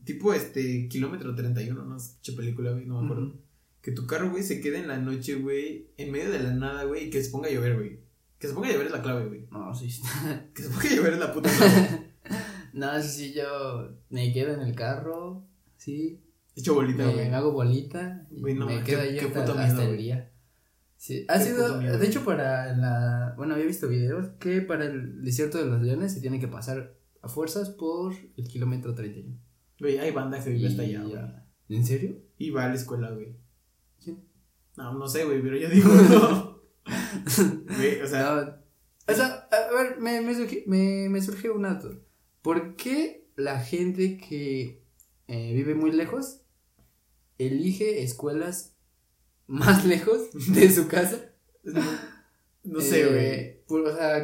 S2: Tipo, este, kilómetro 31, no sé, pinche película, güey, no me acuerdo.
S1: Ujú.
S2: Que tu carro, güey, se quede en la noche, güey, en medio de la nada, güey, y que se ponga a llover, güey. Que se ponga a llover es la clave, güey.
S1: No, sí.
S2: Que se ponga a llover es la puta clave.
S1: No, sí, sí, yo me quedo en el carro. Sí.
S2: Hecho bolita,
S1: Me,
S2: güey.
S1: hago bolita. Y
S2: Güey, no,
S1: me
S2: qué-
S1: quedo ahí
S2: qué
S1: hasta,
S2: puto
S1: hasta
S2: miedo,
S1: el
S2: güey.
S1: día. Sí, ha
S2: Qué
S1: sido,
S2: puto miedo,
S1: de
S2: güey.
S1: hecho para la, bueno, había visto videos que para el desierto de los leones se tiene que pasar a fuerzas por el kilómetro 31.
S2: Güey, hay banda que vive hasta
S1: Y-
S2: allá, güey.
S1: ¿En serio?
S2: Y va a la escuela, güey.
S1: ¿Quién?
S2: No, no sé, güey, pero yo digo, no. Güey, o sea,
S1: No, Ah, O sea, a ver, me, me, surgi- me, me surge una duda. ¿Por qué la gente que eh, vive muy lejos elige escuelas más lejos de su casa?
S2: No, no sé, güey.
S1: Eh, por- o, sea,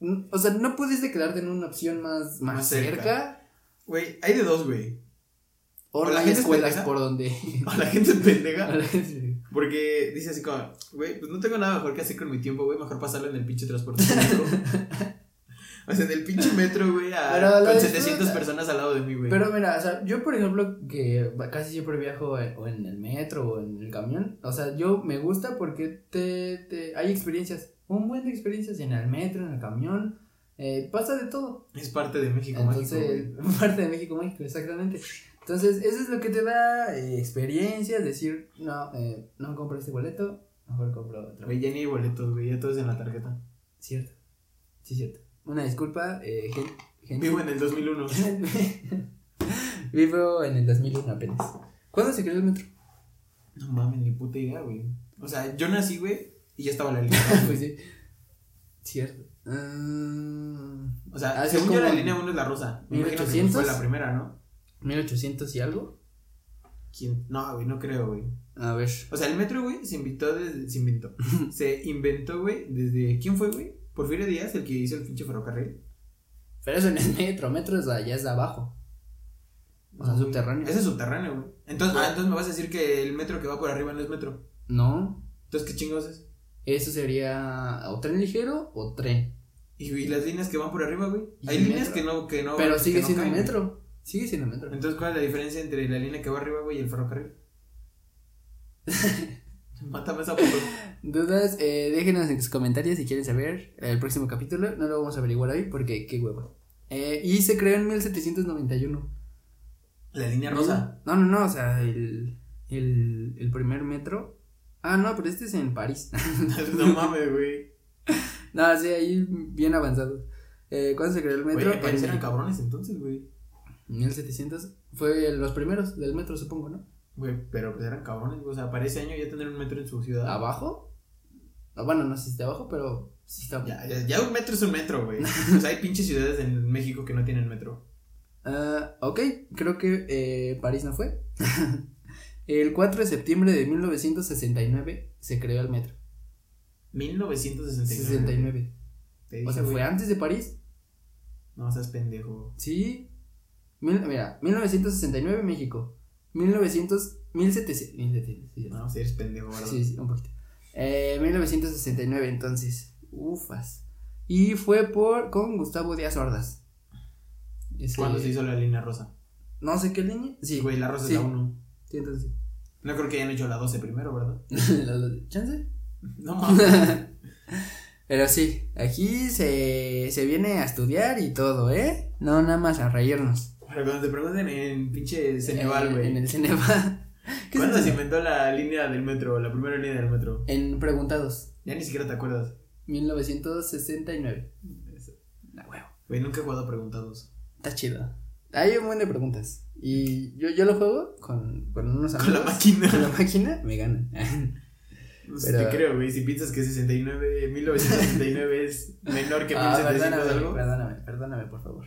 S1: n- o sea, ¿no pudiste quedarte en una opción más, más,
S2: Más cerca.
S1: cerca?
S2: Güey, hay de dos, güey.
S1: O
S2: O
S1: no
S2: la
S1: hay
S2: gente es
S1: escuelas
S2: pendeja.
S1: por donde...
S2: O la gente es pendeja.
S1: Sí.
S2: Porque dice así como, güey, pues no tengo nada mejor que hacer con mi tiempo, güey. Mejor pasarlo en el pinche transporte público. o sea, en el pinche metro, güey, a-
S1: Pero lo
S2: con
S1: disfruta.
S2: 700 personas al lado de mí, güey.
S1: Pero mira, o sea, yo por ejemplo, que va- casi siempre viajo en- o en el metro o en el camión, o sea, yo me gusta porque te, te- hay experiencias, un buen de experiencias en el metro, en el camión, eh, pasa de todo.
S2: Es parte de México mágico.
S1: Entonces,
S2: güey.
S1: parte de México, México, exactamente. Entonces, eso es lo que te da eh, experiencias, decir, no, eh, no compro este boleto, mejor compro otro.
S2: Güey, ya ni hay boletos, güey, ya todo es en la tarjeta.
S1: Cierto, sí, cierto. Una disculpa, eh, gen- gente.
S2: Vivo en el 2001.
S1: Vivo en el 2001 apenas. ¿Cuándo se creó el metro?
S2: No mames, ni puta idea, güey. O sea, yo nací, güey, y ya estaba la línea. uno, güey.
S1: pues sí. Cierto. Ah,
S2: O sea,
S1: Hace
S2: según yo
S1: como
S2: la línea 1 es la rosa. Me imagino que
S1: 1800.
S2: fue la primera, ¿no?
S1: 1800 y algo.
S2: ¿Quién? No, güey, no creo, güey.
S1: A ver.
S2: O sea, el metro, güey, se invitó desde. Se inventó. se inventó, güey, desde. ¿Quién fue, güey? Porfirio Díaz, el que hizo el pinche ferrocarril.
S1: Pero eso en el metro. Metro es allá es de abajo. O sea, subterráneo.
S2: Ese es subterráneo, güey. Entonces, ah, entonces me vas a decir que el metro que va por arriba no es metro.
S1: No.
S2: Entonces, ¿qué chingados es?
S1: Eso sería o tren ligero o tren.
S2: Y, y las líneas que van por arriba, güey.
S1: Y
S2: Hay
S1: el
S2: líneas
S1: metro.
S2: que no, que no.
S1: Pero
S2: que
S1: sigue
S2: no
S1: siendo
S2: caen, güey.
S1: metro. Sigue siendo metro.
S2: Entonces, ¿cuál es la diferencia entre la línea que va arriba, güey, y el ferrocarril? Mátame esa puta.
S1: Dudas, eh, déjenos en sus comentarios si quieren saber el próximo capítulo. No lo vamos a averiguar hoy porque qué hueva. Eh, y se creó en 1791.
S2: La línea rosa.
S1: No, no, no, o sea, el, el, el primer metro. Ah, no, pero este es en París.
S2: no mames, güey.
S1: no, sí, ahí bien avanzado. Eh, ¿Cuándo se creó el metro?
S2: Güey,
S1: en
S2: parecieron cabrones entonces, güey.
S1: 1700. Fue los primeros del metro, supongo, ¿no?
S2: Güey, pero pues eran cabrones, güey. O sea, para ese año ya tener un metro en su ciudad.
S1: ¿Abajo? Ah, bueno, no sé si está abajo, pero sí está abajo.
S2: Ya, ya, ya un metro es un metro, güey. o sea, hay pinches ciudades en México que no tienen metro.
S1: Ah, ok, creo que eh, París no fue. el 4 de septiembre de 1969 se creó el metro.
S2: 1969.
S1: 69.
S2: Te dije,
S1: O sea,
S2: güey.
S1: fue antes de París.
S2: No, seas pendejo.
S1: Sí. Mil- mira, 1969 México. 1900, 1700. 1700, sí,
S2: No, si eres pendejo, ¿verdad?
S1: sí, sí, un poquito. Eh, 1969 entonces. Ufas. Y fue por con Gustavo Díaz Ordaz. Ese-
S2: ¿Cuándo se hizo la línea rosa?
S1: No sé qué línea. Sí,
S2: Güey, la rosa
S1: sí.
S2: es la 1.
S1: sí, entonces.
S2: No creo que hayan hecho la 12 primero, ¿verdad?
S1: sí. La- la- ¿Chance?
S2: No mames.
S1: Pero sí, aquí se, se viene a estudiar y todo, ¿eh? No, nada más a reírnos.
S2: Pero cuando te pregunten en pinche Ceneval,
S1: En-
S2: güey.
S1: En el Ceneval. ¿Qué es
S2: ¿Cuándo
S1: el
S2: se
S1: Ceneval?
S2: inventó la línea del metro, la primera línea del metro?
S1: En Preguntados.
S2: Ya ni siquiera te acuerdas.
S1: 1969. La huevo.
S2: Güey, nunca he jugado a preguntados.
S1: Está chido. Hay un buen de preguntas. Y yo, yo lo juego con, con unos
S2: Con
S1: amigos.
S2: la máquina.
S1: Con la máquina me ganan. Ah,
S2: No sé,
S1: Pero-
S2: Te Pues creo, güey. Si piensas que 69, 1969 es menor que
S1: Ah,
S2: 1700
S1: perdóname,
S2: algo.
S1: perdóname, perdóname, por favor.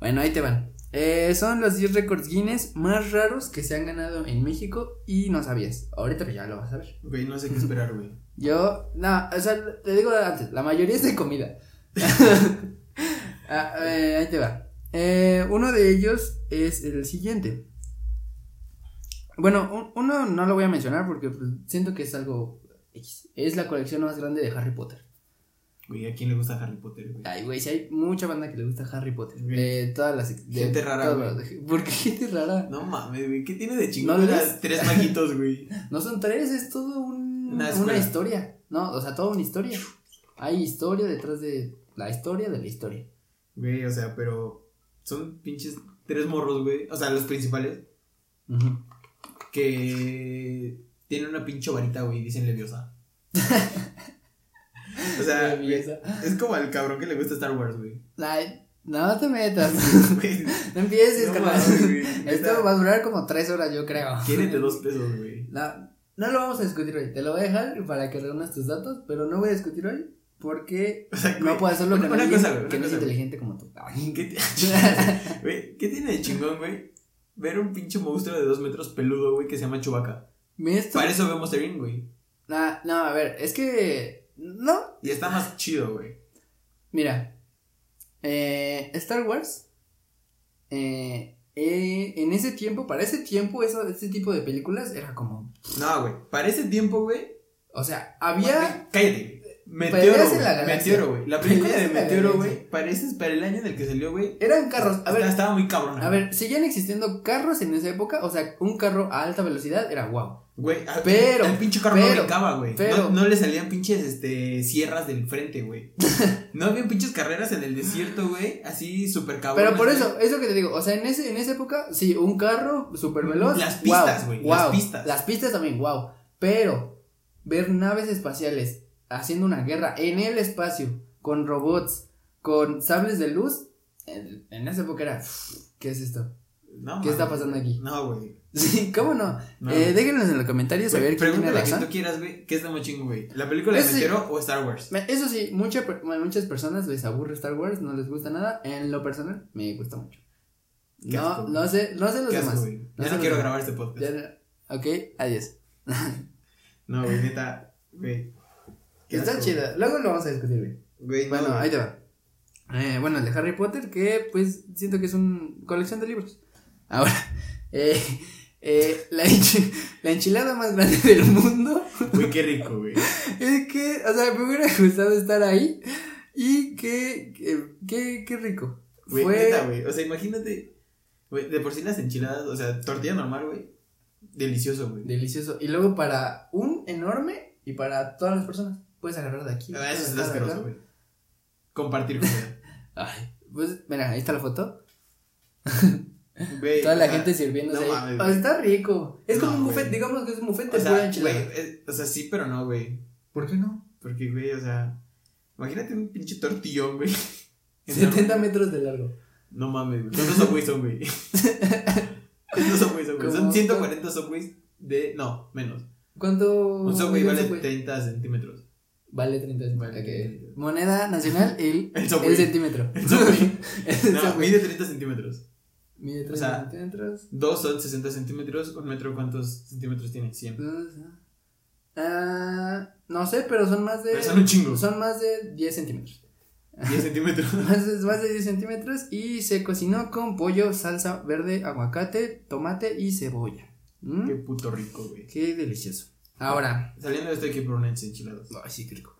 S1: Bueno, ahí te van. Eh, son los 10 récords Guinness más raros que se han ganado en México y no sabías. Ahorita pues ya lo vas a ver.
S2: Güey, no sé qué esperar, güey.
S1: Yo, no, o sea, te digo antes, la mayoría es de comida. Ah, eh, ahí te va. Eh, uno de ellos es el siguiente. Bueno, un- uno no lo voy a mencionar porque pues, siento que es algo... X. Es la colección más grande de Harry Potter.
S2: Güey, ¿a quién le gusta Harry Potter, güey?
S1: Ay, güey, si hay mucha banda que le gusta Harry Potter.
S2: Ok.
S1: De todas las... de
S2: Gente rara,
S1: todas las- ¿Por qué gente rara?
S2: No mames, güey. ¿Qué tiene de
S1: ¿No
S2: chingón
S1: lees?
S2: las tres maguitos, güey?
S1: No son tres, es todo un,
S2: Una
S1: una,
S2: escuela.
S1: historia. No, o sea, toda una historia. Hay historia detrás de la historia de la historia.
S2: Güey, o sea, pero son pinches tres morros, güey. O sea, los principales que tienen una pinche varita, güey, y dicen leviosa. o sea, güey,
S1: Leviosa.
S2: es como al cabrón que le gusta Star Wars, güey.
S1: Ay, no te metas.
S2: Güey,
S1: No empieces,
S2: no
S1: carnal.
S2: mames, güey.
S1: Esto va a durar como tres horas, yo creo.
S2: Quiérete dos pesos, güey.
S1: No, no lo vamos a discutir hoy. Te lo voy a dejar para que reúnas tus datos, pero no voy a discutir hoy porque
S2: O sea,
S1: no
S2: güey,
S1: puedo hacerlo
S2: una-
S1: con
S2: una
S1: alguien
S2: cosa, güey, una
S1: que no es
S2: cosa, güey.
S1: inteligente como tú. Ay,
S2: ¿Qué, ti- güey, ¿Qué tiene de chingón, güey? Ver un pinche monstruo de dos metros peludo, güey, que se llama Chewbacca.
S1: ¿Ves esto?
S2: Para eso veo Monster Inc, güey.
S1: Ah, no, a ver, es que. No.
S2: Y está más chido, güey.
S1: Mira. eh, Star Wars. eh, eh, en ese tiempo, para ese tiempo, eso, ese tipo de películas era como.
S2: No, güey. Para ese tiempo, güey.
S1: O sea, había.
S2: Güey, Cállate. güey. Meteoro,
S1: Peleas en
S2: güey.
S1: la galaxia.
S2: Meteoro, güey. La película
S1: Peleas
S2: de
S1: en la
S2: Meteoro,
S1: galaxia.
S2: güey, parece para el año en el que salió, güey.
S1: Eran carros. A ver,
S2: estaba- Estaba muy cabrona.
S1: a ver, seguían existiendo carros en esa época. O sea, un carro a alta velocidad era wow.
S2: Güey, a-
S1: Pero,
S2: El pinche carro
S1: pero,
S2: no brincaba, güey.
S1: pero.
S2: No, no le salían pinches este, sierras del frente, güey. no había pinches carreras en el desierto, güey. Así súper cabrón.
S1: Pero por eso, eso que te digo, o sea, en, ese, en esa época, sí, un carro súper veloz.
S2: Las pistas, güey, las pistas.
S1: Las pistas también, wow. Pero ver naves espaciales haciendo una guerra en el espacio, con robots, con sables de luz, en, en esa época era, ¿qué es esto?
S2: No,
S1: ¿Qué está
S2: mames.
S1: pasando aquí?
S2: No, güey.
S1: Sí, ¿cómo no?
S2: No.
S1: Eh, déjenos en los comentarios a
S2: Güey,
S1: ver quién tiene
S2: Pregúntale a quien tú
S1: razón.
S2: quieras, güey. ¿Qué es lo más chingo, güey? ¿La película de
S1: Eso sí.
S2: Meteoro o Star Wars?
S1: Me- Eso sí, mucha per- a muchas personas les aburre Star Wars, no les gusta nada. En lo personal, me gusta mucho.
S2: Qué asco,
S1: No, no sé, no sé los
S2: ¿Qué asco,
S1: demás.
S2: güey.
S1: No sé
S2: Ya no
S1: los
S2: quiero
S1: demás.
S2: grabar este podcast.
S1: Ya, ya. Ok, adiós.
S2: No, güey, neta. Güey. Qué
S1: Está
S2: asco,
S1: chida. Luego lo vamos a discutir, güey.
S2: Güey, no,
S1: Bueno,
S2: güey.
S1: ahí te va. Eh, bueno, el de Harry Potter, que pues siento que es una colección de libros. Ahora, eh, eh, la, enchi- la enchilada más grande del mundo
S2: Güey, qué rico, güey.
S1: es que, o sea, me hubiera gustado estar ahí y que, que, que- qué rico.
S2: Güey,
S1: Fue-
S2: neta, güey. O sea, imagínate. Güey, de por sí las enchiladas, o sea, tortilla normal, güey. Delicioso, güey.
S1: Delicioso. Y luego para un enorme y para todas las personas. Puedes agarrar de aquí.
S2: Ah, Eso
S1: puedes
S2: está
S1: agarrar de acá.
S2: asqueroso, güey. Compartir comida.
S1: Ay, pues, mira, ahí está la foto.
S2: Güey,
S1: Toda la
S2: o sea,
S1: gente sirviéndose.
S2: no
S1: ahí. O
S2: mames,
S1: sea,
S2: güey.
S1: está rico. Es como
S2: No,
S1: un buffet,
S2: güey.
S1: digamos que es un buffet de
S2: O
S1: pura
S2: sea,
S1: enchilada.
S2: güey, es- o sea, sí, pero no, güey.
S1: ¿Por qué no?
S2: Porque, güey, o sea, imagínate un pinche tortillón, güey.
S1: 70 metros de largo.
S2: No mames, güey. ¿Cuántos subways son, güey? ¿Cuántos subways son, güey?
S1: Como-
S2: Son 140 subways de. No, menos.
S1: ¿Cuánto?
S2: Un subway
S1: mide
S2: vale
S1: subway?
S2: 30 centímetros.
S1: Vale 30.
S2: Vale
S1: ok.
S2: 30.
S1: Moneda nacional, el,
S2: El
S1: el
S2: subway.
S1: centímetro.
S2: El subway.
S1: El
S2: No,
S1: subway.
S2: mide 30 centímetros.
S1: Mide 30
S2: o sea,
S1: centímetros.
S2: Dos son 60 centímetros. ¿Un metro cuántos centímetros tiene? 100.
S1: Ah, no sé, pero son más de.
S2: Pero son un chingo.
S1: son más de 10 centímetros.
S2: 10 centímetros.
S1: Más, de- más de 10 centímetros. Y se cocinó con pollo, salsa verde, aguacate, tomate y cebolla. ¿Mm?
S2: Qué puto rico, güey.
S1: Qué delicioso. Ahora,
S2: Saliendo de esto hay que probar unas enchiladas.
S1: ay, sí, qué rico.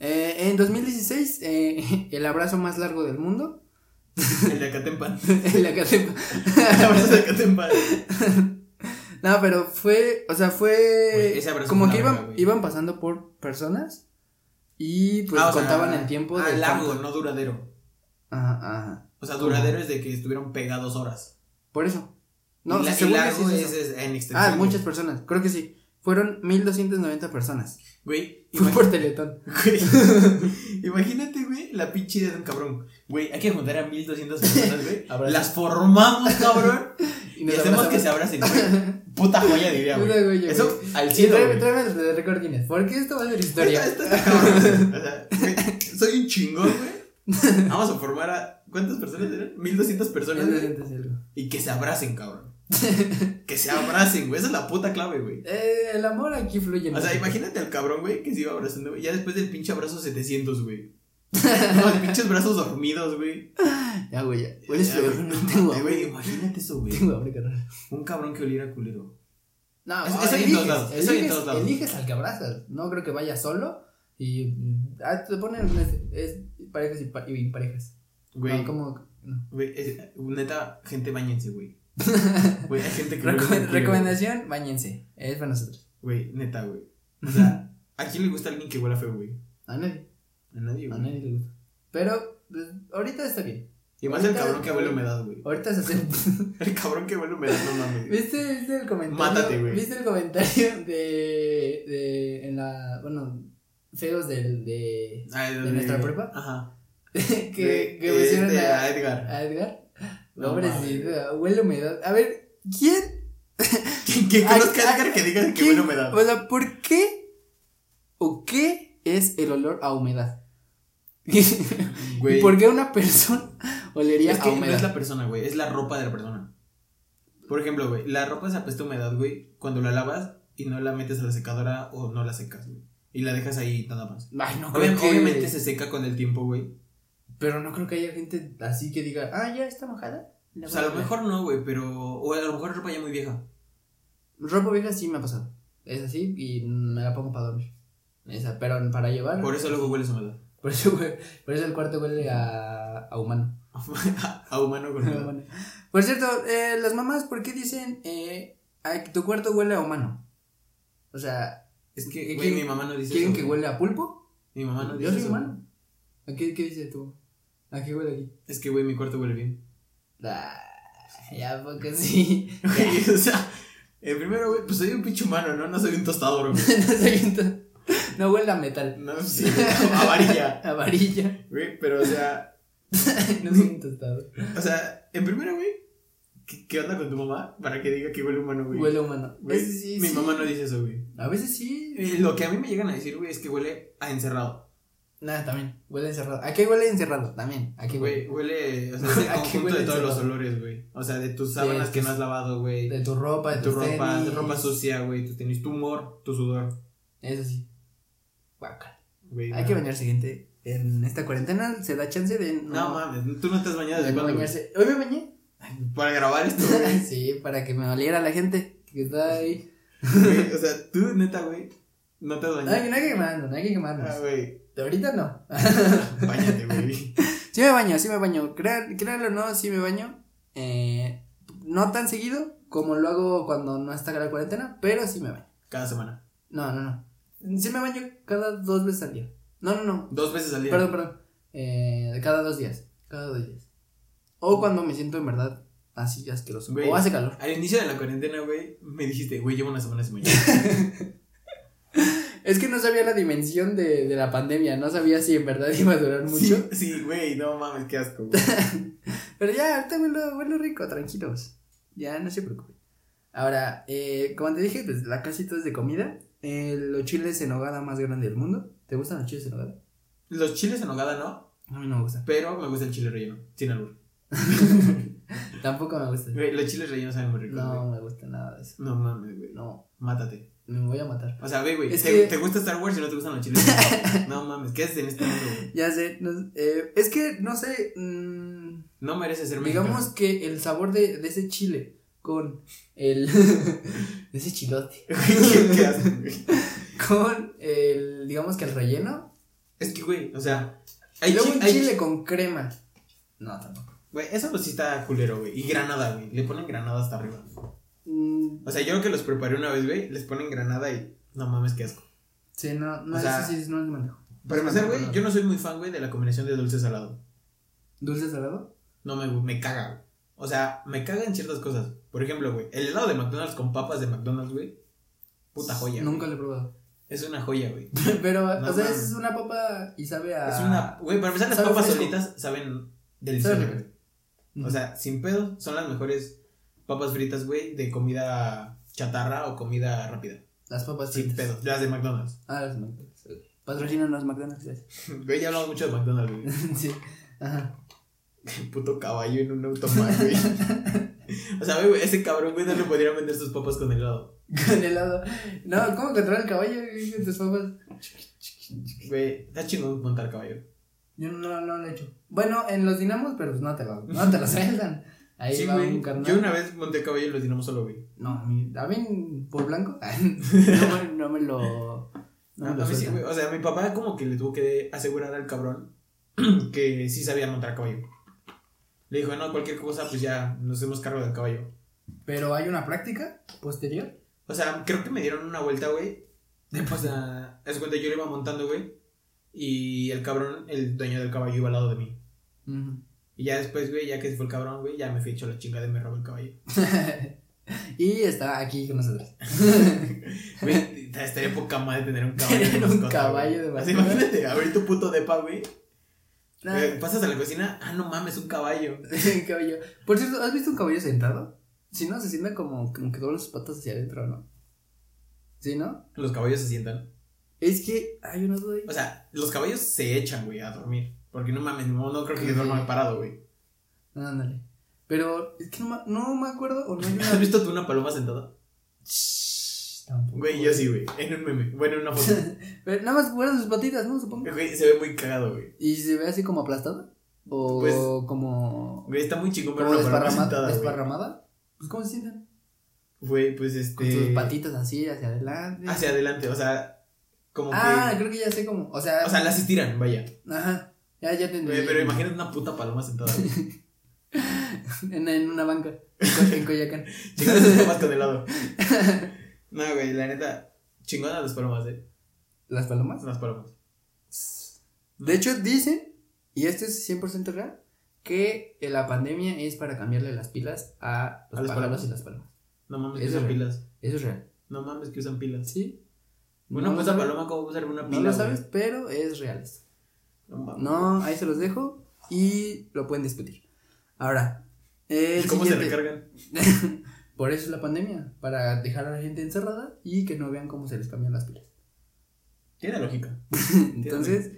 S1: Eh, en 2016, eh, el abrazo más largo del mundo.
S2: El de Acatempan.
S1: El Acatempa.
S2: El abrazo de Acatempan.
S1: Pues no, pero fue, o sea, fue
S2: Güey, Pues, ese abrazo
S1: como
S2: fue
S1: que
S2: una
S1: iban,
S2: verga, güey.
S1: iban pasando por personas y pues
S2: Ah, o sea,
S1: contaban el tiempo
S2: Ah,
S1: de
S2: largo,
S1: cuánto-
S2: no duradero.
S1: Ajá, ajá.
S2: O sea, duradero es de que estuvieron pegados horas.
S1: Por eso. No,
S2: y
S1: o sea,
S2: la- y
S1: según yo
S2: largo
S1: sí
S2: es,
S1: es eso.
S2: es en extensión.
S1: Ah, muchas personas, creo que sí. Fueron 1290 personas.
S2: Güey,
S1: Fue
S2: imagi-
S1: por Teletón.
S2: güey, imagínate, güey, la pinche idea de un cabrón. Güey, hay que juntar a 1200 personas, güey.
S1: Abrazo.
S2: Las formamos, cabrón.
S1: Y
S2: y
S1: nos
S2: hacemos que se
S1: abrazamos.
S2: abracen, güey. Puta joya, diría,
S1: Puta
S2: güey.
S1: joya,
S2: Eso al
S1: Sí,
S2: cielo,
S1: tráeme,
S2: güey.
S1: tráeme el de récord Guinness, porque esto va a ser historia.
S2: Esto- esto está cabrón, güey. O sea, güey, Soy un chingón, güey. Vamos a formar a. ¿Cuántas personas eran? 1200 personas, güey. Y que se abracen, cabrón. que se abracen, güey. Esa es la puta clave, güey.
S1: Eh, el amor aquí fluye. en
S2: O sea,
S1: México.
S2: imagínate al cabrón, güey, que se iba abrazando, güey. Ya después del pinche abrazo 700, güey. No, pinches brazos dormidos, güey.
S1: Ya, güey, ya.
S2: Güey,
S1: Puedes
S2: ya,
S1: fluir,
S2: güey,
S1: no
S2: no
S1: tengo
S2: mames,
S1: hambre.
S2: güey, imagínate eso, güey.
S1: Tengo hambre, carnal.
S2: Un cabrón que oliera culero.
S1: No,
S2: Eso-
S1: no,
S2: eso hay en
S1: eliges,
S2: todos lados, eso hay en
S1: eliges,
S2: todos lados.
S1: eliges al que abrazas. No creo que vaya solo. Y mm, ah, te ponen es, es parejas y, pa- y parejas.
S2: Güey,
S1: No, como. no.
S2: güey, es- neta, gente, bañense, güey. Güey, hay gente que
S1: Recome-
S2: oliera culero,
S1: recomendación: bañense. Es para nosotros.
S2: Güey, neta, güey. O sea, ¿a quién le gusta alguien que huela feo, güey?
S1: A nadie.
S2: A nadie,
S1: A
S2: güey.
S1: nadie le gusta. Pero pues, ahorita está bien.
S2: Y más el
S1: Ahorita-
S2: cabrón que huele a humedad, güey.
S1: Ahorita se hace.
S2: El cabrón que huele a humedad, no mames.
S1: ¿Viste, viste el comentario?
S2: Mátate, güey.
S1: ¿Viste el comentario de, de. en la. bueno, feos del. de.
S2: Ah,
S1: ¿De nuestra prepa?
S2: Ajá.
S1: que,
S2: De-
S1: que
S2: de
S1: pusieron
S2: este,
S1: a,
S2: a Edgar.
S1: a Edgar?
S2: No
S1: Hombre,
S2: mames.
S1: sí, huele a humedad. A ver, ¿quién?
S2: Que, que
S1: Ay,
S2: conozca a
S1: ay,
S2: Edgar que diga que
S1: quién-
S2: huele a humedad.
S1: O sea, ¿por qué? ¿O qué es el olor a humedad? ¿Y
S2: Güey.
S1: por qué una persona olería
S2: Es
S1: a
S2: que no
S1: humedad?
S2: es la persona, güey, es la ropa de la persona. Por ejemplo, güey, la ropa se apesta a humedad, güey, cuando la lavas y no la metes a la secadora o no la secas, güey. Y la dejas ahí nada más.
S1: Ay, no creo
S2: Obvia-
S1: que-
S2: Obviamente se seca con el tiempo, güey.
S1: Pero no creo que haya gente así que diga, ah, ya está mojada. La
S2: O sea, Pues a lo
S1: voy
S2: mejor no, güey, pero. O a lo mejor ropa ya muy vieja.
S1: Ropa vieja sí me ha pasado. Es así y me la pongo para dormir. Esa, pero para llevar.
S2: Por eso luego hueles a humedad.
S1: por eso, hue- por eso el cuarto huele a, a humano.
S2: a humano con
S1: A
S2: humedad.
S1: humano. Por cierto, eh, las mamás, ¿por qué dicen eh, "Ay, que tu cuarto huele a humano? O sea,
S2: Es
S1: ¿Qué-
S2: que, güey,
S1: qué-
S2: mi mamá no dice
S1: ¿quieren
S2: eso.
S1: que
S2: güey.
S1: huele a pulpo?
S2: Mi mamá no dice
S1: Yo soy
S2: eso.
S1: humano. ¿A qué, qué dice tú? ¿A qué huele aquí?
S2: Es que, güey, mi cuarto huele bien.
S1: Ah, ya, porque sí.
S2: Güey, o sea, el primero, güey, pues soy un pinche humano, ¿no? No soy un tostador, güey.
S1: no, soy un to- no huele a metal.
S2: No, sí, a varilla.
S1: A varilla.
S2: Güey, pero, o sea,
S1: no soy un tostado.
S2: o sea, en primero, güey, ¿qué, qué onda con tu mamá para que diga que huele humano, güey?
S1: Huele a humano.
S2: Güey,
S1: Ese sí,
S2: mi
S1: sí.
S2: mamá no dice eso, güey.
S1: A veces sí.
S2: Eh, Lo que a mí me llegan a decir, güey, es que huele a encerrado.
S1: Nada, también. Huele encerrado. ¿A qué huele encerrado? También. ¿A qué huele?
S2: Güey, huele, o sea, es el
S1: ¿A qué
S2: conjunto
S1: huele
S2: de todos los
S1: encerrado?
S2: olores, güey. O sea, de tus sábanas
S1: tus-
S2: que no has lavado, güey.
S1: De tu ropa, de
S2: tu
S1: tus
S2: ropa,
S1: tenis.
S2: ropa sucia, güey, tus tenis, tu humor, tu sudor,
S1: Eso sí. Guácala.
S2: güey.
S1: Hay
S2: no.
S1: que bañarse, gente. En esta cuarentena se da chance de no,
S2: No mames, tú no te has bañado
S1: de
S2: desde
S1: no
S2: cuándo, güey?
S1: bañarse. Hoy me bañé.
S2: Para grabar esto, güey.
S1: sí, para que me oliera la gente que está ahí.
S2: Güey, O sea, tú, neta, güey, no te has
S1: No,
S2: bañado.
S1: no hay que quemarnos, no hay que
S2: Ah,
S1: quemarnos.
S2: güey,
S1: De ahorita no.
S2: bañate, güey.
S1: Sí me baño, sí me baño. Crean- Créanlo o no, sí me baño. Eh, no tan seguido como lo hago cuando no está la cuarentena, pero sí me baño.
S2: Cada semana.
S1: No, no, no. Sí me baño cada dos veces al día. No, no, no.
S2: Dos veces al día.
S1: Perdón, perdón. Eh, cada dos días. Cada dos días. O cuando me siento en verdad así asqueroso.
S2: Güey.
S1: O hace calor.
S2: Al inicio de la cuarentena, güey, me dijiste, güey, llevo una semana sin bañar.
S1: Es que no sabía la dimensión de, de la pandemia. No sabía si en verdad iba a durar mucho.
S2: Sí, Sí, güey, no mames, qué asco, güey.
S1: Pero ya, ahorita huelo, huelo rico, tranquilos. Ya, no se preocupen. Ahora, eh, como te dije, pues la casita es de comida. Eh, los chiles en hogada más grande del mundo. ¿Te gustan los chiles en hogada?
S2: Los chiles en hogada no,
S1: A mí no me gustan.
S2: pero me gusta el chile relleno, sin albur.
S1: Tampoco me gustan.
S2: Güey, los chiles rellenos saben muy ricos, güey.
S1: No me gusta nada de eso.
S2: No mames, güey.
S1: No,
S2: Mátate.
S1: me voy a matar.
S2: O sea, güey, güey,
S1: Es
S2: ¿te,
S1: que-
S2: te gusta Star Wars y no te gustan los chiles rellenos? No mames, ¿qué haces en este mundo, güey?
S1: Ya sé, no- eh, es que no sé, mm,
S2: No mereces ser mexicano.
S1: digamos que el sabor de, de ese chile con el... de ese chilote.
S2: Güey, ¿Qué haces, güey?
S1: Con el, digamos que el relleno.
S2: Es que, güey, o sea,
S1: Y
S2: hay,
S1: luego
S2: chi-
S1: un
S2: hay
S1: chile con crema. No, tampoco.
S2: Güey, eso pues sí está culero, güey. Y granada, güey. Le ponen granada hasta arriba.
S1: Mm,
S2: O sea, yo creo que los preparé una vez, güey. Les ponen granada y. No mames, qué asco.
S1: sí, no, no,
S2: O
S1: eso
S2: sea,
S1: sí, no es manejo.
S2: Para empezar, güey, yo no soy muy fan, güey, de la combinación de dulce salado.
S1: ¿Dulce salado?
S2: No me, me caga, güey. O sea, me cagan ciertas cosas. Por ejemplo, güey, el helado de McDonald's con papas de McDonald's, güey. Puta joya. güey.
S1: Nunca lo he probado.
S2: Es una joya, güey.
S1: Pero,
S2: No,
S1: o sea,
S2: no.
S1: es una papa y sabe a...
S2: Es una. Güey, para empezar, las
S1: Ah, Sabe
S2: papas
S1: fresco.
S2: solitas saben deliciosas,
S1: Sabe rico.
S2: güey. O sea, sin pedo, son las mejores papas fritas, güey, de comida chatarra o comida rápida.
S1: Las papas
S2: Sin
S1: fritas.
S2: pedo, las de McDonald's.
S1: Ah, las McDonald's. ok. Patrocinan las McDonald's. eh. gracias.
S2: Güey, ya hablamos mucho de McDonald's, güey.
S1: sí. Ajá.
S2: Puto caballo en un automático güey. O sea, güey, ese cabrón, güey, no le podrían vender sus papas con helado.
S1: Con helado. No, ¿cómo controlar el caballo güey, con tus papas?
S2: Güey, está chingón montar caballo.
S1: Yo no, no lo he hecho. Bueno, en los dinamos, pero pues no te lo, no te lo sueltan. Ahí
S2: Sí,
S1: va
S2: güey.
S1: un carnal.
S2: Yo una vez monté caballo y los dinamos solo, güey.
S1: No, a mí, a mí, por blanco, no, me- no me lo. No me
S2: Ah, a
S1: lo
S2: mí sí,
S1: sueltan.
S2: güey. O sea, mi papá como que le tuvo que asegurar al cabrón que sí sabía montar caballo. Le dijo, no, cualquier cosa, pues ya nos hacemos cargo del caballo.
S1: Pero hay una práctica posterior.
S2: O sea, creo que me dieron una vuelta, güey. O sea, haz de cuenta, yo le iba montando, güey. Y el cabrón, el dueño del caballo, iba al lado de mí.
S1: Ujú.
S2: Y ya después, güey, ya que se fue el cabrón, güey, ya me fui hecho la chingada y me robó el caballo.
S1: y está aquí con nosotros.
S2: Güey, te- estaría poca madre tener un caballo. de
S1: Tener un
S2: mascota,
S1: caballo
S2: güey.
S1: de
S2: Así,
S1: mascota.
S2: imagínate, abrir tu puto depa, güey.
S1: Nah,
S2: Eh, Pasas a la cocina, ah, no mames, un caballo.
S1: caballo. Por cierto, ¿has visto un caballo sentado? Si no, se sienta como, como que doblan sus patas hacia adentro, ¿no? ¿Sí, no?
S2: Los caballos se sientan.
S1: Es que hay unos, güey.
S2: O sea, los caballos se echan, güey, a dormir. Porque no mames, no, no creo que yo duerma parado, güey.
S1: Ah, Ándale. Pero es que no, ma- no me acuerdo o no hay
S2: ¿Has
S1: una.
S2: visto tú una paloma sentada?
S1: Shh, tampoco.
S2: Güey, yo sí, güey. En un meme. Bueno, en una foto.
S1: Pero nada más guardan sus patitas, ¿no? Supongo.
S2: Güey, se ve muy cagado, güey.
S1: ¿Y se ve así como aplastada? ¿O
S2: Pues-
S1: como.
S2: Güey, está muy chingón, pero
S1: como
S2: una paloma
S1: desparramada?
S2: sentada, güey.
S1: ¿Desparramada? Pues, ¿cómo se sientan?
S2: Güey, pues este.
S1: Con sus patitas así, hacia adelante.
S2: Hacia adelante, o sea, como
S1: ah,
S2: que.
S1: creo que ya sé cómo. O sea,
S2: O sea, las estiran, vaya.
S1: ajá. Ya, ya te entendí.
S2: Güey, pero imagínate una puta paloma sentada, güey.
S1: En, en una banca. En, Co- en Coyacán.
S2: Chingando las palomas con helado. No, güey, la neta. Chingonas las palomas, eh.
S1: ¿Las palomas?
S2: Las palomas.
S1: De hecho, dicen, y esto es 100% real, que eh, la pandemia es para cambiarle las pilas a los
S2: A las
S1: pájaros
S2: palomas.
S1: y las palomas.
S2: No mames, que
S1: Eso,
S2: usan
S1: güey.
S2: pilas.
S1: Eso es real.
S2: No mames, que usan pilas.
S1: ¿Sí?
S2: Una
S1: no lo
S2: puta
S1: sabes,
S2: pues paloma, ¿cómo va a usar una
S1: no
S2: pila?
S1: lo
S2: güey?
S1: sabes, pero es real. esto.
S2: No mames.
S1: No, ahí se los dejo y lo pueden discutir. Ahora, el
S2: ¿Y ¿Cómo se
S1: siguiente.
S2: recargan?
S1: Por eso es la pandemia, para dejar a la gente encerrada y que no vean cómo se les cambian las pilas.
S2: Tiene lógica.
S1: Entonces,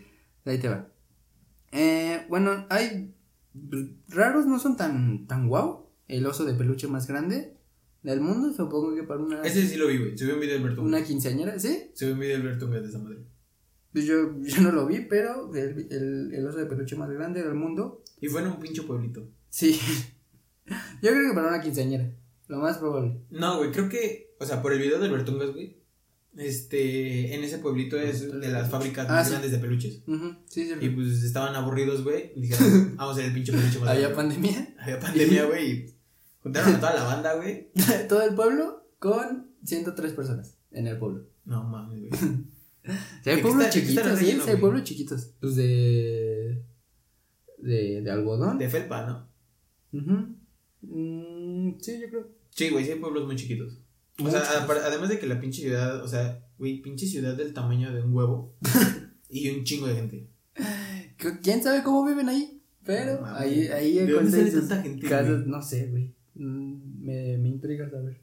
S1: ahí te va. Eh, bueno, hay raros, no son tan, tan guau. El oso de peluche más grande del mundo, supongo que para una,
S2: Ese sí lo vi, güey. Subí un video del Bertunga.
S1: Ah. una quinceañera, ¿sí?
S2: Subí un video del Bertunga de esa madre.
S1: Pues Yo, yo no lo vi, pero el, el- el oso de peluche más grande del mundo,
S2: Y fue en un pinche pueblito.
S1: sí. yo creo que para una quinceañera, lo más probable.
S2: No, güey, creo que. O sea, por el video del Bertungas, güey. Este. En ese pueblito es de las fábricas
S1: Ah,
S2: más
S1: sí.
S2: grandes de peluches.
S1: Ujú, sí, sí,
S2: Y pues estaban aburridos, güey. Y dijeron, vamos a hacer el pinche peluche más
S1: Había
S2: grande".
S1: pandemia,
S2: Había pandemia, güey. y Juntaron a toda la banda, güey.
S1: todo el pueblo con 103 personas en el pueblo.
S2: No mames, güey.
S1: Si hay
S2: ¿De qué
S1: pueblos
S2: está- de qué está
S1: chiquitos, ¿eh? sí, sí
S2: relleno,
S1: hay
S2: güey?
S1: pueblos chiquitos. Pues de. de, de algodón.
S2: De felpa, ¿no?
S1: Ujú. Mm, sí, yo creo.
S2: Sí, güey, sí hay pueblos muy chiquitos. O sea,
S1: Muchos.
S2: apar- además de que la pinche ciudad, o sea, güey, pinche ciudad del tamaño de un huevo y un chingo de gente.
S1: Que- ¿Quién sabe cómo viven ahí? Pero
S2: No mames.
S1: ahí, ahí
S2: ¿De dónde sale
S1: encontré sus
S2: tanta gente?
S1: casas,
S2: güey?
S1: no sé, güey. Mm, Me, me intriga saber.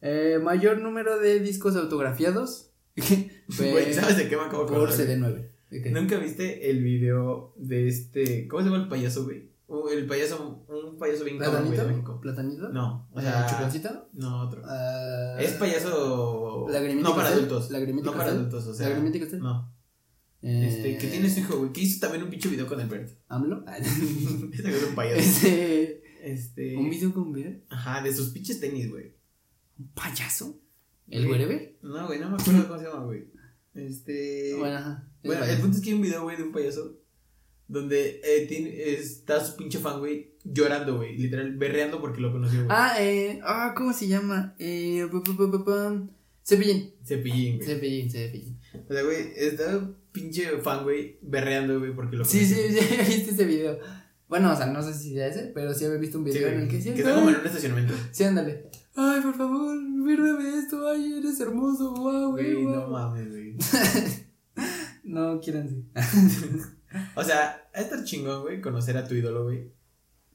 S1: Eh, mayor número de discos autografiados. fue
S2: Güey, ¿sabes de qué me acabo de
S1: por
S2: acordar? güey?
S1: CD9. Ok.
S2: ¿Nunca viste el video de este. ¿Cómo se llama el payaso, güey? Uh, el payaso, un payaso bien cabrón, güey, de
S1: ¿Platanito?
S2: México.
S1: ¿Platanito?
S2: No, o
S1: O sea,
S2: sea,
S1: ¿Chuponcito?
S2: no, otro.
S1: Ah,
S2: Es payaso.
S1: Lagrimita
S2: No para
S1: Castell,
S2: adultos.
S1: Lagrimita
S2: No para
S1: Castell,
S2: adultos, o sea.
S1: Lagrimita Castell.
S2: No.
S1: eh,
S2: Este, que tiene su hijo, güey, que hizo también un pinche video con el Bert.
S1: AMLO.
S2: Ese güey es un payaso.
S1: Este,
S2: Este.
S1: ¿Un video con video?
S2: Ajá, de sus pinches tenis, güey.
S1: ¿Un payaso? ¿El
S2: Sí.
S1: güerebe?
S2: No, güey, no me acuerdo cómo se llama, güey. Este.
S1: Bueno, ajá. el
S2: bueno, el
S1: payaso.
S2: punto es que hay un video, güey, de un payaso. Donde eh, tiene- está su pinche fan, güey, llorando, güey. Literal, berreando porque lo conoció, güey.
S1: Ah, eh, ah, ¿cómo se llama? Eh, pu- pu- pu- pu- pum. Cepillín.
S2: Cepillín, güey.
S1: Cepillín, Cepillín.
S2: O sea, güey, está un pinche fan, güey, berreando, güey, porque lo
S1: Sí,
S2: conoció.
S1: sí, sí, viste ese video. Bueno, o sea, no sé si sea ese, pero sí había visto un video en
S2: güey,
S1: el que
S2: que
S1: sí.
S2: está como en un estacionamiento.
S1: Sí, ándale. Ay, por favor, mírame esto. Ay, eres hermoso. Wow, güey.
S2: Güey, no
S1: guau.
S2: mames, güey.
S1: No, quieran sí.
S2: O sea, va a estar chingón, güey, conocer a tu ídolo, güey.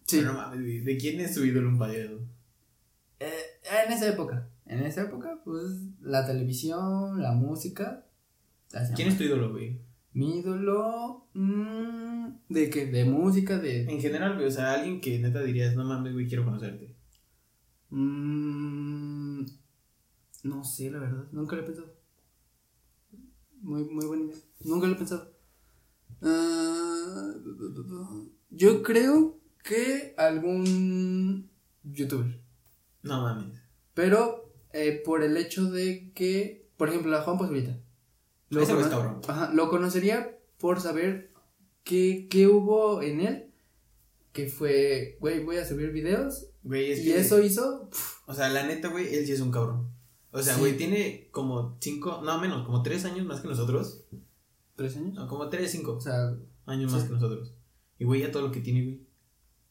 S1: Sí.
S2: Pero no mames, güey, ¿de quién es su ídolo un payaso?
S1: Eh, en esa época. En esa época, pues, la televisión, la música. las
S2: ¿Quién es tu ídolo, güey?
S1: Mi ídolo. mm, ¿De qué? De música, de.
S2: En general, güey, o sea, alguien que neta dirías, no mames, güey, quiero conocerte.
S1: mm, no sé, la verdad. Nunca lo he pensado. Muy, muy buena idea. Nunca lo he pensado. Ah, yo creo que algún youtuber.
S2: No mames.
S1: Pero eh, por el hecho de que, por ejemplo, a Juan Pazurita. Lo,
S2: Ese güey es
S1: cono-
S2: cabrón.
S1: ajá, lo conocería por saber qué, qué hubo en él. Que fue, güey, voy a subir videos.
S2: Güey, es
S1: y
S2: que-
S1: eso hizo.
S2: O sea, la neta, güey, él sí es un cabrón. O sea,
S1: Sí.
S2: güey, tiene como cinco, no menos, como tres años más que nosotros.
S1: ¿Tres años?
S2: No, como tres, cinco
S1: O sea,
S2: años
S1: Sí.
S2: más que nosotros. Y güey, ya todo lo que tiene, güey.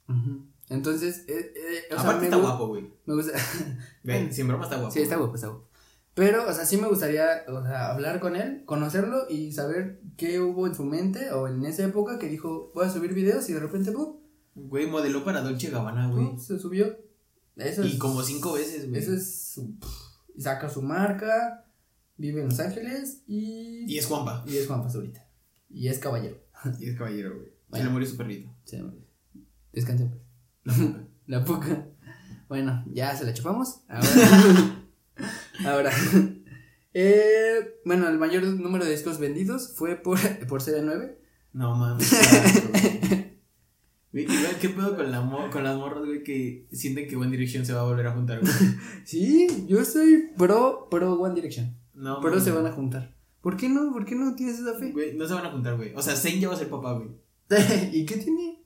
S1: ujú. entonces. eh, eh, o sea,
S2: Aparte
S1: me
S2: está
S1: gu-
S2: guapo, güey.
S1: Me gusta.
S2: Güey, sin broma está guapo.
S1: sí, está guapo, está guapo. Pero, o sea, sí me gustaría o sea, hablar con él, conocerlo y saber qué hubo en su mente o en esa época que dijo, voy a subir videos y de repente, ¡pum!
S2: Güey, modeló para Dolce Gabbana, güey.
S1: Uh, se subió. Eso
S2: Y
S1: es-
S2: como cinco veces, güey.
S1: Eso es. su- y saca su marca, vive en Los Ángeles y.
S2: Y es Juanpa.
S1: y es Juan Pazurita. Y es caballero.
S2: Y es caballero, güey. Se le murió su perrito.
S1: Se me- Descanse, pues. La
S2: La puta.
S1: poca. Bueno, ya se la chupamos. Ahora. ahora. Eh, bueno, el mayor número de discos vendidos fue por, por CD9.
S2: No mames. claro, güey. Güey, y güey, ¿Qué pedo con, la mo- con las morras, güey, que sienten que One Direction se va a volver a juntar, güey?
S1: Sí, yo soy pro, pro One Direction.
S2: No,
S1: Pro
S2: mames.
S1: se van a juntar. ¿Por qué no? ¿Por qué no tienes esa fe?
S2: Güey, no se van a juntar, güey. O sea, Zayn ya va a ser papá, güey.
S1: ¿Y qué tiene?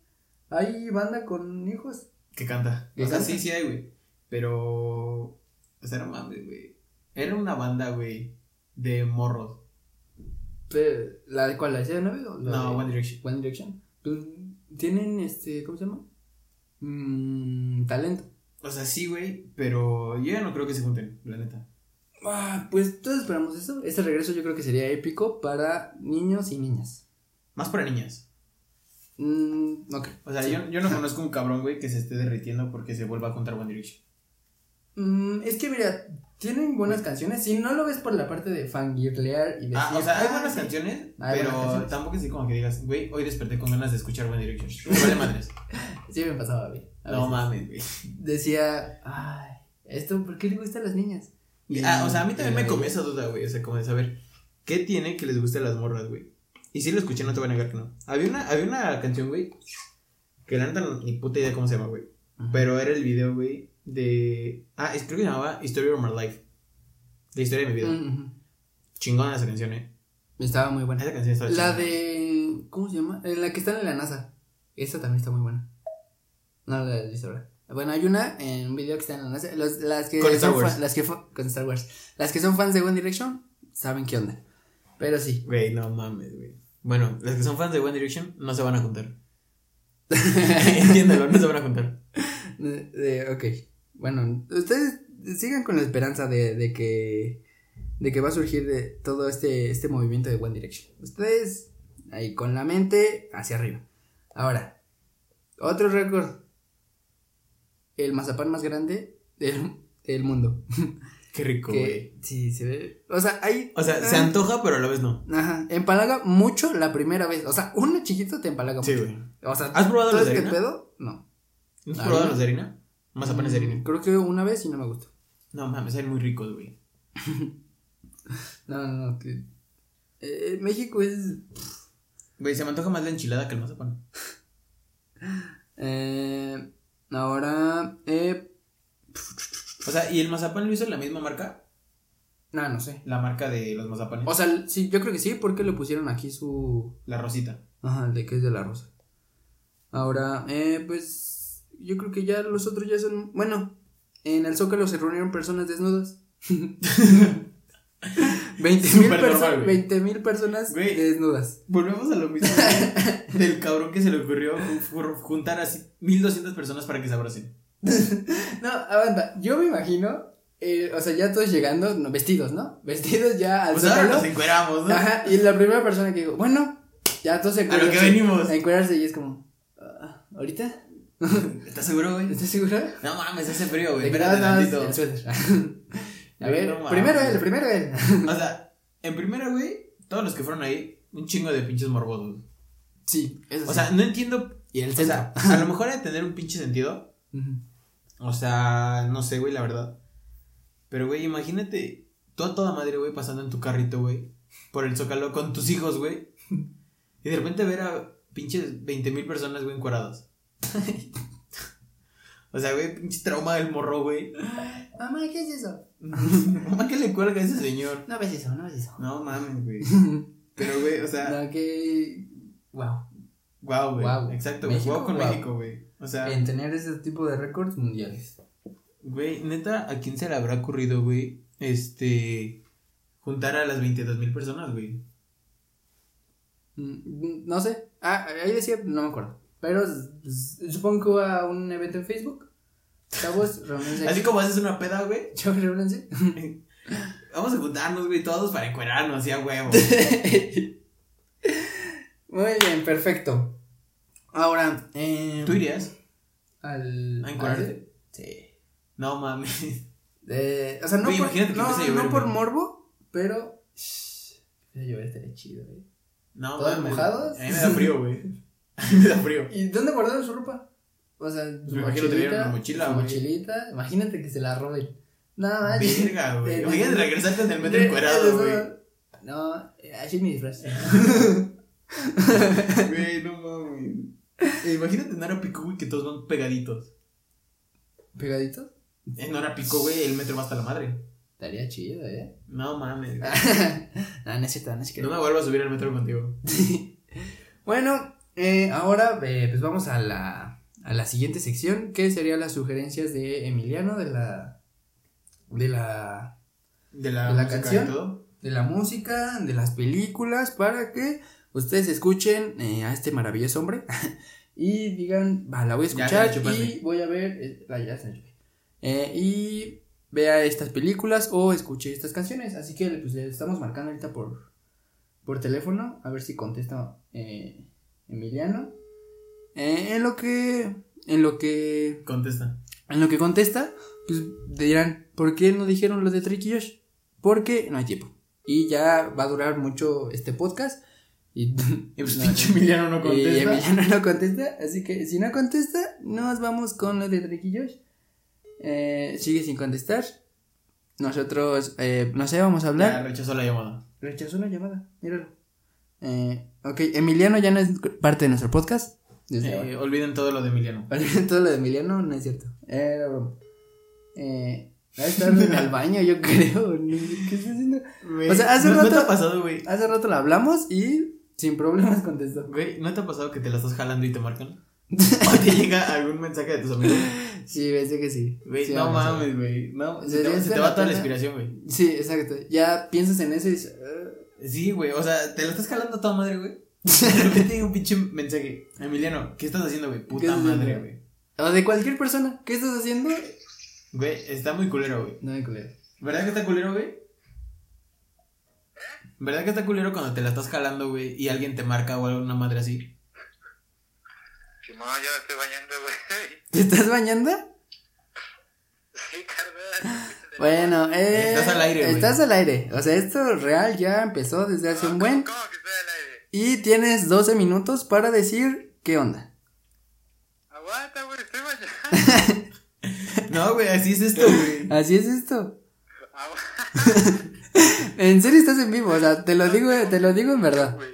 S1: Hay banda con hijos.
S2: Que canta.
S1: Que
S2: o sea,
S1: canta.
S2: sí, sí hay, güey. Pero. O sea, no mames, güey. Era una banda, güey. De morros.
S1: Pero, ¿La de cuál? ¿La de CD9? o la
S2: No,
S1: de-
S2: One Direction.
S1: One Direction. Pues, tienen este, ¿cómo se llama? Mm, talento.
S2: O sea, sí, güey. Pero yo ya no creo que se junten, la neta.
S1: Ah, pues todos esperamos eso. Este regreso yo creo que sería épico para niños y niñas.
S2: Más para niñas.
S1: Mm, ok.
S2: O sea, yo, yo no conozco un cabrón, güey, que se esté derritiendo porque se vuelva a juntar One Direction.
S1: Mm, es que mira, tienen buenas canciones. Si no lo ves por la parte de fangirlear y decir.
S2: Ah, o sea, hay
S1: "Ah,
S2: buenas
S1: sí".
S2: canciones,
S1: Hay
S2: pero
S1: buenas canciones.
S2: tampoco es así como que digas, güey, hoy desperté con ganas de escuchar One Direction. Me Vale madres.
S1: Sí, me pasaba bien. A
S2: No
S1: veces.
S2: mames, güey.
S1: Decía, ay, ¿esto por qué le gusta a las niñas? Y-
S2: Ah, o sea, a mí también
S1: y-
S2: me come esa duda, güey. O sea, como de saber, ¿qué tiene que les guste a las morras, güey? Y si lo escuché, no te voy a negar que no. Había una, había una canción, güey, que la neta no- ni puta idea cómo se llama, güey. Pero era el video, güey, de. Ah, es, creo que se llamaba Story of My Life. De historia de mi vida.
S1: Mm, mm.
S2: Chingona esa canción, eh.
S1: Estaba muy buena.
S2: Esa canción estaba
S1: La
S2: chingona.
S1: de. ¿Cómo se llama? Eh, La que está en la NASA. Esa también está muy buena. No la he visto ahora. Bueno, hay una en un video que está en la NASA. Los- las que
S2: Con Star
S1: son fan-
S2: Wars.
S1: las que fa- con Star Wars. Las que son fans de One Direction saben qué onda. Pero sí.
S2: Güey, no mames, güey. Bueno, las que son fans de One Direction no se van a juntar. Entiéndelo, no se van a juntar.
S1: De- de- ok. Bueno, ustedes sigan con la esperanza de, de que. De que va a surgir de todo este, este movimiento de One Direction. Ustedes ahí con la mente hacia arriba. Ahora, otro récord. El mazapán más grande del, del mundo.
S2: Qué rico, güey.
S1: Que, sí, se ve. O sea, hay.
S2: O sea, se antoja, pero a la vez no.
S1: Ajá, empalaga mucho la primera vez. O sea, uno chiquito te empalaga
S2: Sí,
S1: mucho.
S2: güey.
S1: O sea,
S2: ¿Has probado los
S1: ¿sabes
S2: de
S1: qué
S2: harina?
S1: pedo? No.
S2: ¿No Mm. has
S1: Ah,
S2: probado
S1: ¿no?
S2: los de harina? Mazapanes de harina.
S1: Creo que una vez y no me gustó.
S2: No mames, hay muy ricos, güey.
S1: No, no, no. Que, eh, México es.
S2: Güey, se me antoja más la enchilada que el mazapán.
S1: eh, ahora. Eh,
S2: O sea, ¿y el mazapán lo hizo la misma marca?
S1: no, no sé.
S2: La marca de los mazapanes.
S1: O sea, sí, yo creo que sí, porque le pusieron aquí su.
S2: La rosita.
S1: Ajá, el de que es de la rosa. Ahora, eh, pues. Yo creo que ya los otros ya son. Bueno, en el Zócalo se reunieron personas desnudas. 20 mil
S2: Súper normal, güey.
S1: personas
S2: Güey.
S1: desnudas.
S2: Volvemos a lo mismo güey, del cabrón que se le ocurrió ju- juntar así 1200 personas para que se abracen.
S1: No, aguanta, yo me imagino, eh, o sea, ya todos llegando, no, vestidos, ¿no? Vestidos ya al
S2: Pues ahora
S1: Zócalo.
S2: nos encueramos, ¿no?
S1: Ajá, y la primera persona que dijo, bueno, ya todos se
S2: A lo que venimos.
S1: A encuerarse y es como, "Ah, ¿ahorita?
S2: ¿Estás seguro, güey?
S1: ¿Estás segura?
S2: No mames, hace frío, güey.
S1: Te
S2: Espérate
S1: quedas nada más
S2: tantito.
S1: el suéter. A
S2: Güey,
S1: ver,
S2: no mames.
S1: primero él, primero él.
S2: O sea, en primera, güey, todos los que fueron ahí, un chingo de pinches morbosos.
S1: Sí, eso
S2: O sea, no entiendo.
S1: y el
S2: O
S1: centro.
S2: sea, a lo mejor ha de tener un pinche sentido.
S1: Ujú.
S2: O sea, no sé, güey, la verdad. Pero, güey, imagínate tú a toda madre, güey, pasando en tu carrito, güey, por el zócalo con tus hijos, güey. Y de repente ver a pinches 20 mil personas, güey, encueradas. O sea, güey, pinche trauma del morro, güey.
S1: Mamá, ¿qué es eso?
S2: Mamá, ¿qué le cuelga a ese señor?
S1: No ves eso, no ves eso.
S2: No mames, güey.
S1: no,
S2: Pero, güey, o
S1: Ah,
S2: sea.
S1: que, wow,
S2: Wow, güey.
S1: Guau.
S2: Exacto, güey.
S1: México,
S2: Wow con
S1: guau.
S2: México, güey. O sea,
S1: en tener ese tipo de récords mundiales.
S2: güey, neta, ¿a quién se le habrá ocurrido, güey? Este. Juntar a las 22 mil personas, güey.
S1: Mm, No sé. Ah, ahí decía, no me acuerdo. Pero s- supongo que hubo a un evento en Facebook. Chavos, reunirse
S2: Así como haces una peda, güey.
S1: Chavos, reúnense.
S2: Vamos a juntarnos, güey, todos para encuerarnos, ya, huevo.
S1: Muy bien, perfecto. Ahora, eh,
S2: ¿Tú irías
S1: al.
S2: a
S1: al-
S2: encuerarte?
S1: Sí.
S2: No mames.
S1: Eh, o sea, no,
S2: Güey,
S1: por,
S2: imagínate que
S1: no,
S2: empiece a llover,
S1: no por
S2: güey.
S1: morbo, pero. shh, Empieza a llover, estaría chido, eh.
S2: No
S1: ¿Todos
S2: mames.
S1: mojados?
S2: A mí me da frío, güey. me da frío.
S1: ¿Y dónde guardaron su ropa? O sea, su
S2: Me imagino que
S1: mochilita,
S2: tenían una mochila,
S1: su
S2: güey.
S1: mochilita. Imagínate que se la roben. Nada más.
S2: Verga, güey.
S1: de-
S2: Imagínate
S1: de-
S2: regresarte en el metro encuerado, güey.
S1: No, eh, así es mi disfraz.
S2: Güey, no mames. Eh, Imagínate en hora pico, güey, que todos van pegaditos.
S1: ¿Pegadito?
S2: En hora pico, güey, el metro va hasta la madre.
S1: Estaría chido, ¿eh?
S2: No mames. güey.
S1: no, no es cierto, no es cierto.
S2: No me vuelvo a subir al metro contigo.
S1: Bueno, eh, ahora eh, pues vamos a la, a la siguiente sección, que serían las sugerencias de Emiliano de la, de la,
S2: De la,
S1: ¿De la
S2: música y
S1: canción?
S2: todo.
S1: de la música, de las películas, para que ustedes escuchen eh, a este maravilloso hombre y digan, va, la voy a
S2: Ya,
S1: escuchar
S2: ya, chupaste.
S1: y voy a ver, eh, ah, ya se me chupé. Eh, y vea estas películas o escuche estas canciones. Así que pues, le estamos marcando ahorita por, por teléfono, a ver si contesta eh, Emiliano. Eh, en lo que, en lo que
S2: Contesta.
S1: en lo que contesta, pues dirán, ¿por qué no dijeron lo de Tricky Josh? Porque no hay tiempo. Y ya va a durar mucho este podcast. Y,
S2: Y pues pinche Emiliano no
S1: y
S2: contesta.
S1: Emiliano no contesta. Así que si no contesta, nos vamos con lo de Tricky Josh. Eh, sigue sin contestar. Nosotros, eh, no sé, vamos a hablar.
S2: Ya rechazó la llamada.
S1: Rechazó la llamada, míralo. Eh, ok, Emiliano ya no es parte de nuestro podcast. Desde ahora.
S2: Eh, olviden todo lo de Emiliano.
S1: Olvidé todo lo de Emiliano, no es cierto. Era broma. Eh, ha de estar en el baño, yo creo. no sé ¿Qué está haciendo? O sea, hace
S2: ¿No, ¿No te
S1: rato-
S2: ha pasado, güey?
S1: Hace rato la hablamos y sin problemas contestó.
S2: Güey, ¿no te ha pasado que te la estás jalando y te marcan? ¿O te llega algún mensaje de tus amigos?
S1: Sí, pensé que sí.
S2: Güey,
S1: Sí,
S2: no
S1: vamos a-
S2: mames, güey. No, se
S1: Desde
S2: te, se
S1: esta
S2: te va toda
S1: mañana-
S2: la inspiración, güey.
S1: Sí, exacto. Ya piensas en eso y dices, "Ah".
S2: Sí, güey, o sea, te la estás jalando a toda madre, güey. De repente llega un pinche mensaje. Emiliano, ¿qué estás haciendo, güey?
S1: ¿Qué
S2: Puta
S1: estás
S2: madre,
S1: haciendo?
S2: güey.
S1: O de cualquier persona, ¿qué estás haciendo?
S2: Güey, está muy culero, güey.
S1: No me culero.
S2: ¿Verdad que está culero, güey? ¿Verdad que está culero cuando te la estás jalando, güey, y alguien te marca o alguna madre así?
S3: Simón, yo me estoy bañando, güey.
S1: ¿Te estás bañando?
S3: Sí, carnal.
S1: Bueno, eh.
S2: Estás al aire, güey.
S1: Estás al aire. O sea, esto real ya empezó desde hace un buen.
S3: Ah, ¿Cómo que estoy al aire?
S1: Y tienes 12 minutos para decir qué onda.
S3: Aguanta, güey, estoy bañando.
S2: No, güey, así es esto, güey.
S1: Así es esto.
S3: Aguanta,
S1: En serio estás en vivo, o sea, te lo digo, eh, te lo digo en verdad.
S3: güey.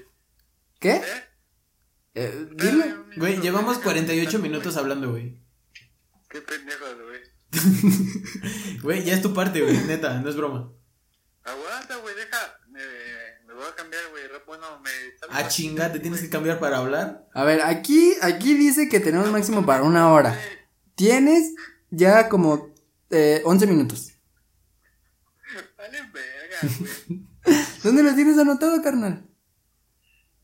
S1: ¿Qué?
S3: ¿Eh?
S1: Eh, dilo.
S2: Güey, llevamos 48 minutos hablando, güey.
S3: Qué pendejos, güey.
S2: Güey, ya es tu parte, güey, neta, no es broma.
S3: Aguanta, güey, deja. Me, me voy a cambiar, güey. rap- Bueno, me.
S2: Ah, chinga, te tienes que cambiar para hablar.
S1: A ver, aquí, aquí dice que tenemos máximo para una hora. Tienes ya como eh, 11 minutos.
S3: Vale, verga, güey.
S1: ¿Dónde lo tienes anotado, carnal?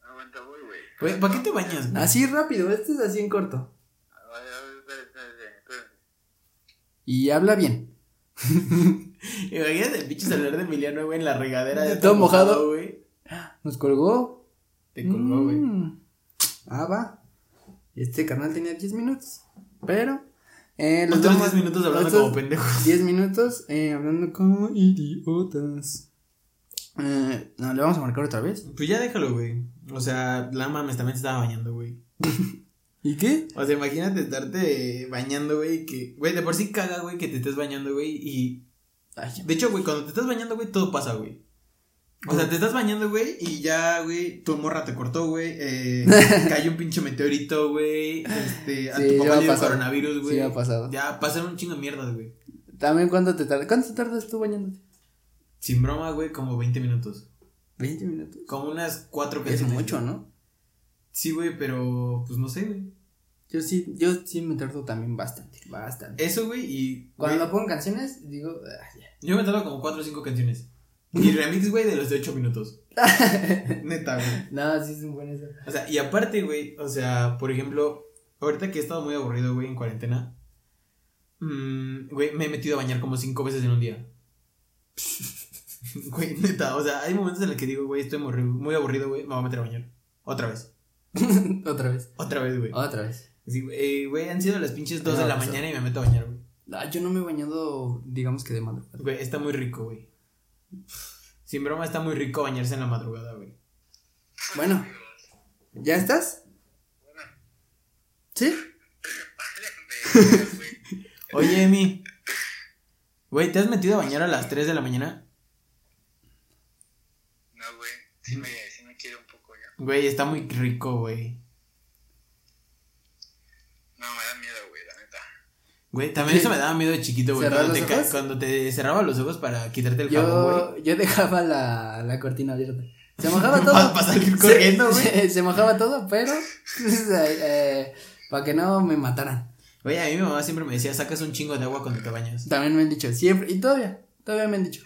S3: Aguanta, voy, güey.
S1: Pues-
S2: Güey, ¿para qué te bañas, güey?
S1: Así rápido, este es así en corto.
S3: A ver, a ver, espérate, espérate, espérate.
S1: Y habla bien.
S2: Imagínate el pinche celular de Emiliano, güey, en la regadera. ya
S1: Todo mojado.
S2: güey.
S1: Nos colgó.
S2: Te colgó, güey.
S1: Mm. Ah, va. Este carnal tenía 10 minutos. Pero. Eh, los
S2: Otros
S1: vamos-
S2: 10 minutos hablando
S1: otros-
S2: como pendejos.
S1: 10 minutos eh, hablando como idiotas. Eh, no, le vamos a marcar otra vez.
S2: Pues ya déjalo, güey. O sea, la mames también se estaba bañando, güey.
S1: ¿Y qué?
S2: O sea, imagínate estarte bañando, güey, y que... Güey, de por sí caga, güey, que te estés bañando, güey, y... De hecho, güey, cuando te estás bañando, güey, todo pasa, güey. O sea, te estás bañando, güey, y ya, güey, tu morra te cortó, güey, eh, cayó un pinche meteorito, güey, este, a
S1: Sí,
S2: tu
S1: ya
S2: papá
S1: ha
S2: le dio
S1: pasado.
S2: coronavirus, güey.
S1: Sí, ha pasado.
S2: ya pasaron un chingo de mierdas, güey.
S1: También, ¿cuánto te tardas? ¿Cuánto te tardas tú bañándote?
S2: Sin broma, güey, como 20 minutos.
S1: 20 minutos.
S2: Como unas cuatro
S1: Es
S2: canciones.
S1: mucho, ¿no?
S2: Sí, güey, pero pues no sé, güey.
S1: Yo sí, yo sí me tardo también bastante, bastante.
S2: Eso, güey, y.
S1: Cuando
S2: güey,
S1: pongo canciones, digo, "Ah, ya".
S2: yo me he como cuatro o cinco canciones. Y remix, güey, de los de 8 minutos. Neta, güey.
S1: no, sí es un buen eso.
S2: O sea, y aparte, güey, o sea, por ejemplo, ahorita que he estado muy aburrido, güey, en cuarentena. mm, Güey, me he metido a bañar como cinco veces en un día. Güey, neta, o sea, hay momentos en los que digo, güey, estoy muy aburrido- muy aburrido, güey, me voy a meter a bañar. Otra vez,
S1: Otra vez,
S2: otra vez, güey.
S1: otra vez.
S2: Sí, güey, eh, güey, han sido las pinches 2 de
S1: Ah,
S2: la
S1: pues,
S2: mañana y me meto a bañar, güey.
S1: Ah, yo no me he bañado, digamos que de madrugada.
S2: Güey, está muy rico, güey. Sin broma, está muy rico bañarse en la madrugada, güey.
S1: Bueno, ¿ya estás?
S3: Bueno,
S1: ¿Sí?
S3: Vale, güey.
S2: Oye, Emi. Güey, ¿te has metido a bañar a las 3 de la mañana?
S3: No, güey. Sí me, sí me quiero un poco ya.
S2: Güey, está muy rico, güey.
S3: No, me da miedo, güey, la neta.
S2: Güey, también eso me daba miedo de chiquito, güey.
S1: ¿Cerrar
S2: Cuando, te
S1: los
S2: ca-
S1: ojos?
S2: cuando te cerraba los ojos para quitarte el jabón, güey.
S1: Yo, yo dejaba la, la cortina abierta. Se mojaba todo.
S2: Pa- pa salir corriendo, güey.
S1: Se, se mojaba todo, pero. eh, para que no me mataran.
S2: Güey, a mí mi mamá siempre me decía, sacas un chingo de agua cuando te bañas.
S1: También me han dicho, siempre. Y todavía, todavía me han dicho.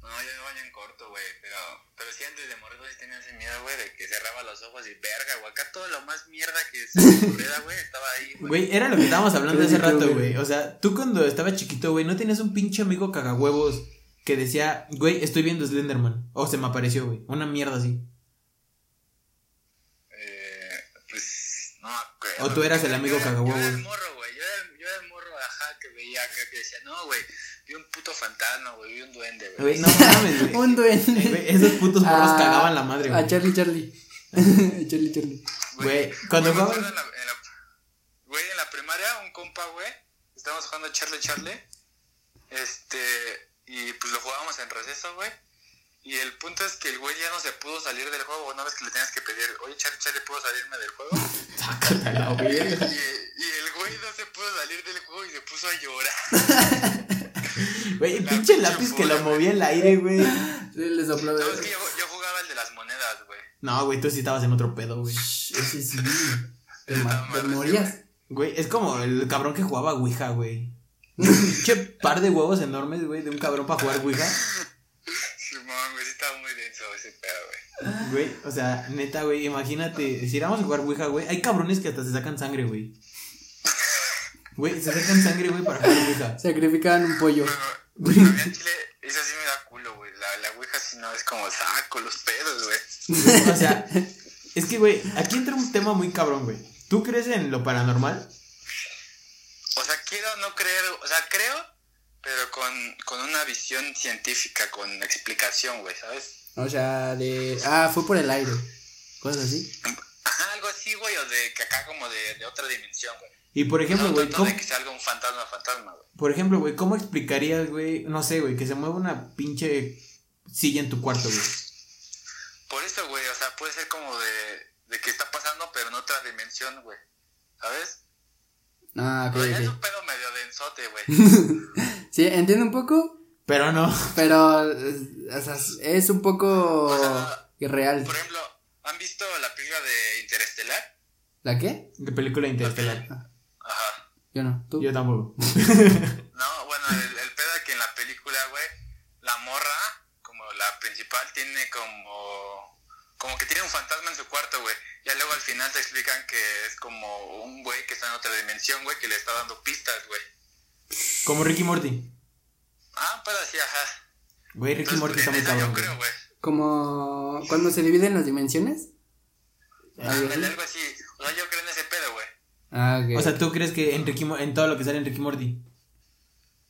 S3: No, yo me baño en corto, güey. Pero, pero sí, antes de morir, sí tenía ese miedo, güey, de que cerraba los ojos y verga, güey. Acá todo lo más mierda que se me ocurriera, güey, estaba ahí, güey.
S2: Güey, era lo que estábamos hablando
S1: Qué
S2: hace
S1: rico,
S2: rato,
S1: güey.
S2: güey. O sea, tú cuando estabas chiquito, güey, no tenías un pinche amigo cagahuevos que decía, güey, estoy viendo Slenderman. O se me apareció, güey. Una mierda así.
S3: Eh, pues, no me acuerdo.
S2: O tú eras el amigo
S3: Yo era-
S2: cagahuevos.
S3: Yo era el morro, güey. Yo era, el- yo era el morro, ajá, que veía acá, que decía, no, güey, vi un puto fantasma, güey, vi un duende, güey.
S2: Güey, no mames, güey.
S1: Un Ah, duende.
S2: Güey, Esos putos morros
S1: A-
S2: cagaban la madre,
S1: A
S2: güey.
S1: Charlie, Charlie. Charlie, Charlie.
S2: Güey, cuando
S3: me
S2: jugabas-
S3: acuerdo en la- en la- Güey, en la primaria, un compa, güey, estábamos jugando Charlie Charlie. Este, y pues lo jugábamos en receso, güey. Y el punto es que el güey ya no se pudo salir del juego. Una vez que le tenías que pedir, oye, Charlie Charlie, ¿puedo salirme del juego?
S2: Sácatela,
S3: y,
S2: güey.
S3: y el güey no se pudo salir del juego y se puso a llorar.
S2: Güey, el
S3: La
S2: pinche
S3: pinche
S2: lápiz que la
S3: furia,
S2: movía en el aire, güey.
S1: Sí, le sopló.
S3: No, es que yo, yo jugaba el de las monedas, güey.
S2: No, güey, tú sí estabas en otro pedo, güey.
S1: Shh, ese sí. Te, ma- te
S3: Madre,
S1: morías.
S2: Güey, es como el cabrón que jugaba Ouija, güey. Pinche par de huevos enormes, güey, de un cabrón para jugar Ouija.
S3: Simón, güey, sí estaba muy denso ese pedo, güey.
S2: Güey, o sea, neta, güey, imagínate, si íbamos a jugar Ouija, güey, hay cabrones que hasta se sacan sangre, güey. Güey, se sacan sangre, güey, para jugar Ouija.
S1: Sacrificaban un pollo.
S3: Pero, pero a mí en Chile, eso sí me da culo, güey. La, la ouija sí no es como saco los pedos, güey.
S2: O sea, es que, güey, aquí entra un tema muy cabrón, güey. ¿Tú crees en lo paranormal?
S3: O sea, quiero no creer, o sea, creo, pero con, con una visión científica, con explicación, güey, ¿sabes?
S1: O sea, de. Ah, fue por el aire. Cosas así.
S3: Ajá, algo así, güey, o de que acá como de, de otra dimensión, güey.
S2: Y por ejemplo,
S3: no
S2: güey,
S3: tanto
S2: ¿cómo,
S3: de que salga un fantasma, fantasma, güey.
S2: por ejemplo, güey, ¿cómo explicarías, güey, no sé, güey, que se mueva una pinche silla en tu cuarto, güey?
S3: Por eso, güey, o sea, puede ser como de, de que está pasando, pero en otra dimensión, güey. ¿Sabes?
S1: Ah,
S3: O
S1: ok,
S3: sea, es
S1: ok.
S3: un pedo medio densote, güey.
S1: Sí, entiendo un poco,
S2: Pero no.
S1: pero. eh, O sea, es un poco. Irreal.
S3: Por ejemplo, ¿han visto la película de Interestelar?
S1: ¿La qué?
S2: De película interestelar.
S3: Ajá.
S1: Yo no. ¿Tú?
S2: Yo tampoco.
S3: No, bueno, el, el pedo es que en la película, güey, la morra, como la principal, tiene como. Como que tiene un fantasma en su cuarto, güey. Ya luego al final te explican que es como un güey que está en otra dimensión, güey, que le está dando pistas, güey.
S2: Como Ricky Morty.
S3: Ah, pero así, ajá.
S2: Güey, Ricky
S3: Entonces,
S2: Morty está
S3: en
S2: muy
S3: esa
S2: cabrón.
S3: Yo
S2: güey.
S3: creo, güey.
S1: Como. Cuando se dividen las dimensiones.
S2: Ah,
S1: Algo así.
S3: Ándale, Algo así. O sea, yo creo en ese pedo, güey.
S1: Ah, ok.
S2: O sea, ¿tú crees que en, Ricky Mo- en todo lo que sale en Ricky Morty?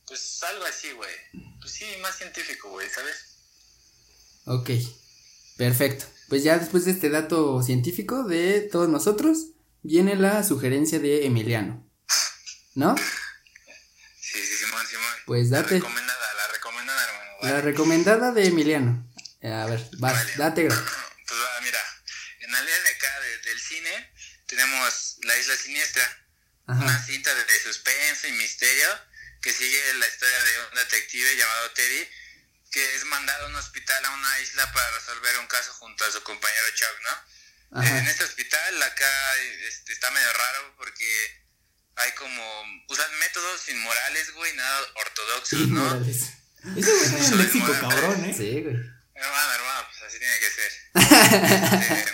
S3: Pues algo así, güey. Pues sí, más científico, güey, ¿sabes?
S1: Ok, perfecto. Pues ya después de este dato científico de todos nosotros, viene la sugerencia de Emiliano. ¿No?
S3: Sí, sí, Simón, Simón.
S1: Pues
S3: La
S1: date.
S3: recomendada, la recomendada, hermano. güey.
S1: La recomendada de Emiliano. Eh, A ver, vas,
S3: Vale.
S1: date, gra-
S3: Pues va, mira, en la línea de acá de- del cine tenemos La Isla Siniestra, una
S1: Ajá.
S3: cinta de, de suspenso y misterio que sigue la historia de un detective llamado Teddy que es mandado a un hospital a una isla para resolver un caso junto a su compañero Chuck, ¿no? En
S1: Ajá.
S3: este hospital acá este, está medio raro porque hay como, usan métodos inmorales, güey, nada ortodoxos, ¿no?
S1: Morales.
S2: Ese güey tiene un
S3: Soy
S2: léxico
S3: muerto.
S2: cabrón, ¿eh?
S1: Sí, güey.
S3: Hermano, hermano, pues así tiene que ser. Este,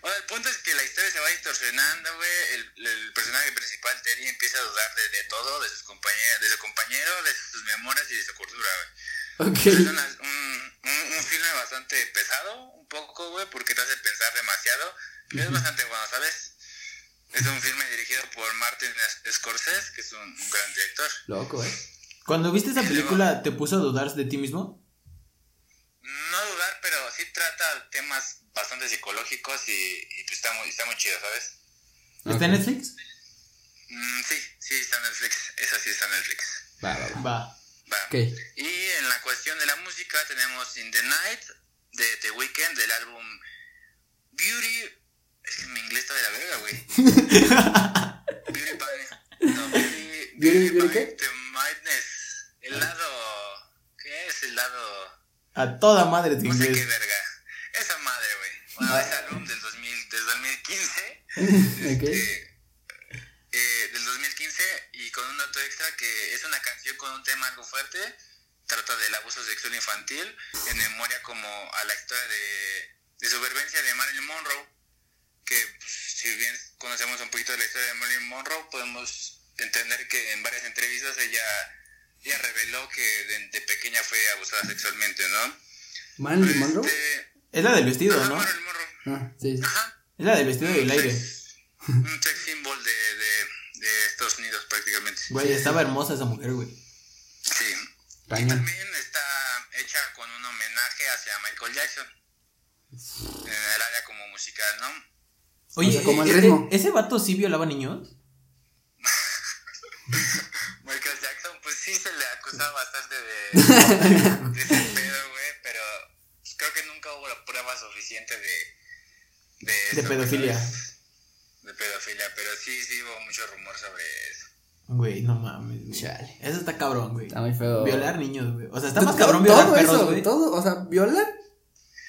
S3: bueno, el punto es que la historia se va distorsionando, güey. El, el personaje principal, Teddy, empieza a dudar de, de todo, de, sus compañe- de su compañero, de sus memorias y de su cultura, güey. Es
S1: Ok.
S3: una- un, un, un filme bastante pesado, un poco, güey, porque te hace pensar demasiado. Pero es bastante bueno, ¿sabes? Es un filme dirigido por Martin Scorsese, que es un, un gran director.
S1: Loco, eh.
S2: Cuando viste esa película, ¿te puso a dudar de ti mismo?
S3: No dudar, pero sí trata temas bastante psicológicos y, y pues está muy, está muy chido, ¿sabes?
S2: ¿Está en
S1: Ok.
S2: Netflix?
S3: Mm, sí, sí está en Netflix. Esa sí está en Netflix.
S1: Va, va, va.
S2: Va.
S3: Va.
S1: Ok.
S3: Y en la cuestión de la música tenemos In the Night de The Weeknd del álbum Beauty. Es que mi inglés está de la verga, güey. Beauty by No, Beauty.
S1: Beauty-
S3: by
S1: Beauty qué? Ah.
S3: The Madness. El lado. ¿Qué es el lado?
S2: A toda madre tu
S3: No sé qué
S2: inglés. Ah.
S3: verga. Esa madre, güey. Bueno, ese álbum del, 2000, del 2015.
S1: Ok.
S3: este, eh, del 2015 y con un dato extra que es una canción con un tema algo fuerte, trata del abuso sexual infantil en memoria como a la historia de, de supervivencia de Marilyn Monroe, que pues, si bien conocemos un poquito de la historia de Marilyn Monroe, podemos entender que en varias entrevistas ella, ella reveló que de, de pequeña fue abusada sexualmente, ¿no?
S1: Marilyn Monroe.
S3: Este,
S2: Es la del vestido,
S3: ajá,
S2: ¿no? Es
S3: Marilyn Monroe,
S1: Ah, sí, sí.
S3: ajá. Este
S2: la del vestido y el aire.
S3: Un sex symbol de, de, de Estados Unidos prácticamente.
S2: Güey, estaba hermosa esa mujer, güey.
S3: Sí. Y
S1: Cañón.
S3: también está hecha con un homenaje hacia Michael Jackson. En el área como musical, ¿no?
S2: Oye,
S1: O sea, como el
S2: ¿e- e-
S1: ritmo.
S2: ¿ese vato sí violaba niños?
S3: Michael Jackson, pues sí se le acusaba bastante de, de ese pedo, güey, pero creo que nunca hubo la prueba suficiente de... De,
S2: De
S3: eso,
S2: pedofilia.
S3: ¿sabes? De pedofilia, pero sí, sí hubo mucho rumor sobre eso.
S2: Güey, no mames. güey.
S1: Chale.
S2: Eso está cabrón, güey.
S1: Está muy feo.
S2: Violar niños, güey. O sea, está más
S1: Todo-
S2: cabrón violar
S1: todo
S2: perros,
S1: eso,
S2: güey.
S1: Todo, o sea, violar.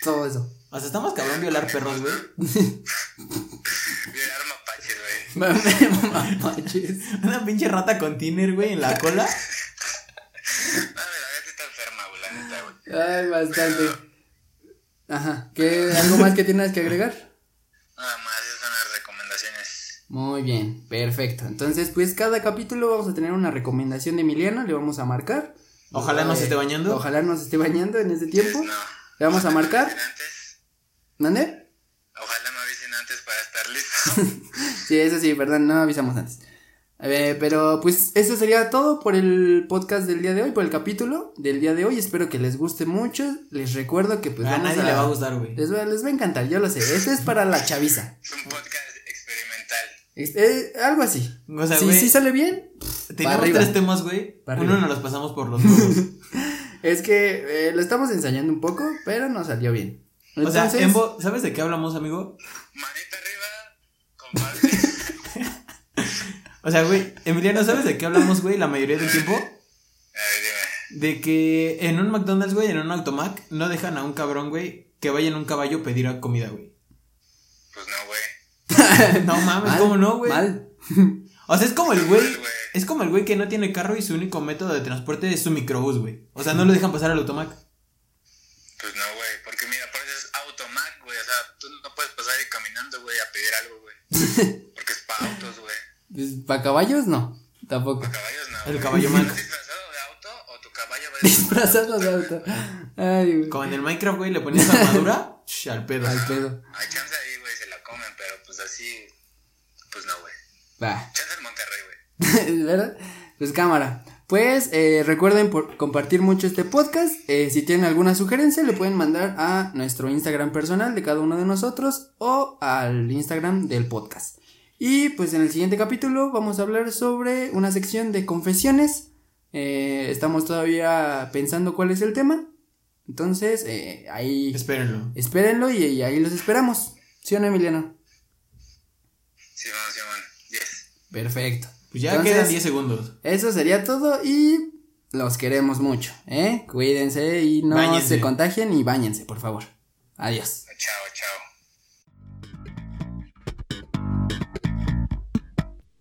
S1: Todo eso.
S2: O sea, está más cabrón violar perros, güey.
S3: Violar mapaches, güey.
S1: Mamaches.
S2: Una pinche rata con tiner, güey, en
S1: Pues
S2: la cola.
S3: No, güey, la gente está enferma, güey, la neta, güey.
S1: Ay, bastante. Ajá. ¿Qué, ¿Algo más que tienes que agregar?
S3: Nada más, esas son las recomendaciones.
S1: Muy bien, perfecto. Entonces, pues cada capítulo vamos a tener una recomendación de Emiliano, le vamos a marcar. Eh,
S2: Ojalá no se esté bañando.
S1: Ojalá no se esté bañando en este tiempo.
S3: Pues no.
S1: Le vamos a
S3: Ojalá me
S1: marcar.
S3: avisen antes.
S1: ¿Dónde?
S3: Ojalá me avisen antes para estar listo.
S1: Sí, eso sí, perdón, no avisamos antes. A ver, pero pues eso sería todo por el podcast del día de hoy, por el capítulo del día de hoy. Espero que les guste mucho. Les recuerdo que pues
S2: a
S1: vamos
S2: nadie le va a gustar, güey.
S1: Les va, les va a encantar, yo lo sé. Este es para la chaviza.
S3: Es un podcast experimental.
S1: Es- eh, algo así.
S2: O sea,
S1: si,
S2: güey,
S1: si sale bien,
S2: teníamos
S1: arriba.
S2: tres temas, güey.
S1: Pa' arriba.
S2: Uno nos los pasamos por los huevos.
S1: es que eh, lo estamos ensayando un poco, pero no salió bien.
S2: O sea,
S1: Entonces,
S2: Embo, ¿sabes de qué hablamos, amigo?
S3: Manita arriba, compadre.
S2: O sea, güey, Emiliano, ¿sabes de qué hablamos, güey, la mayoría del tiempo?
S3: A ver, dime.
S2: De que en un McDonald's, güey, en un Automac, no dejan a un cabrón, güey, que vaya en un caballo a pedir a comida, güey.
S3: Pues no, güey.
S2: No mames,
S1: mal,
S2: pues, ¿cómo no, güey?
S1: Mal.
S2: O sea, es como el güey.
S3: Mal, güey.
S2: Es como el güey que no tiene carro y su único método de transporte es su microbús, güey. O sea, no lo dejan pasar al automac.
S3: Pues no, güey. Porque mira, por eso es automac, güey. O sea, tú no puedes pasar ahí caminando, güey, a pedir algo, güey. Porque es para autos, güey.
S1: para Pues, caballos, no. Tampoco.
S3: Para caballos, no.
S2: El
S3: güey.
S2: caballo malo.
S3: ¿Estás disfrazado de auto o tu caballo va
S1: Disfrazado de auto. Ay, güey.
S2: Como en el Minecraft, güey, le ponías armadura. sh, al pedo.
S1: Al pedo.
S3: Hay chance ahí, güey, se la comen, pero pues así. Pues no, güey.
S1: Va.
S3: Chance en Monterrey, güey.
S1: ¿Verdad? Pues cámara. Pues eh, recuerden por compartir mucho este podcast. Eh, si tienen alguna sugerencia, le pueden mandar a nuestro Instagram personal de cada uno de nosotros o al Instagram del podcast. Y pues en el siguiente capítulo vamos a hablar sobre una sección de confesiones. Eh, estamos todavía pensando cuál es el tema. Entonces, eh, ahí
S2: Espérenlo.
S1: espérenlo y, y ahí los esperamos. ¿Sí o no, Emiliano?
S3: Simón, Simón. Yes.
S1: Perfecto.
S2: Pues ya
S1: Entonces,
S2: quedan 10 segundos.
S1: Eso sería todo y los queremos mucho, ¿eh? Cuídense y no
S2: Báñense.
S1: se contagien y báñense, por favor. Adiós.
S3: Chao.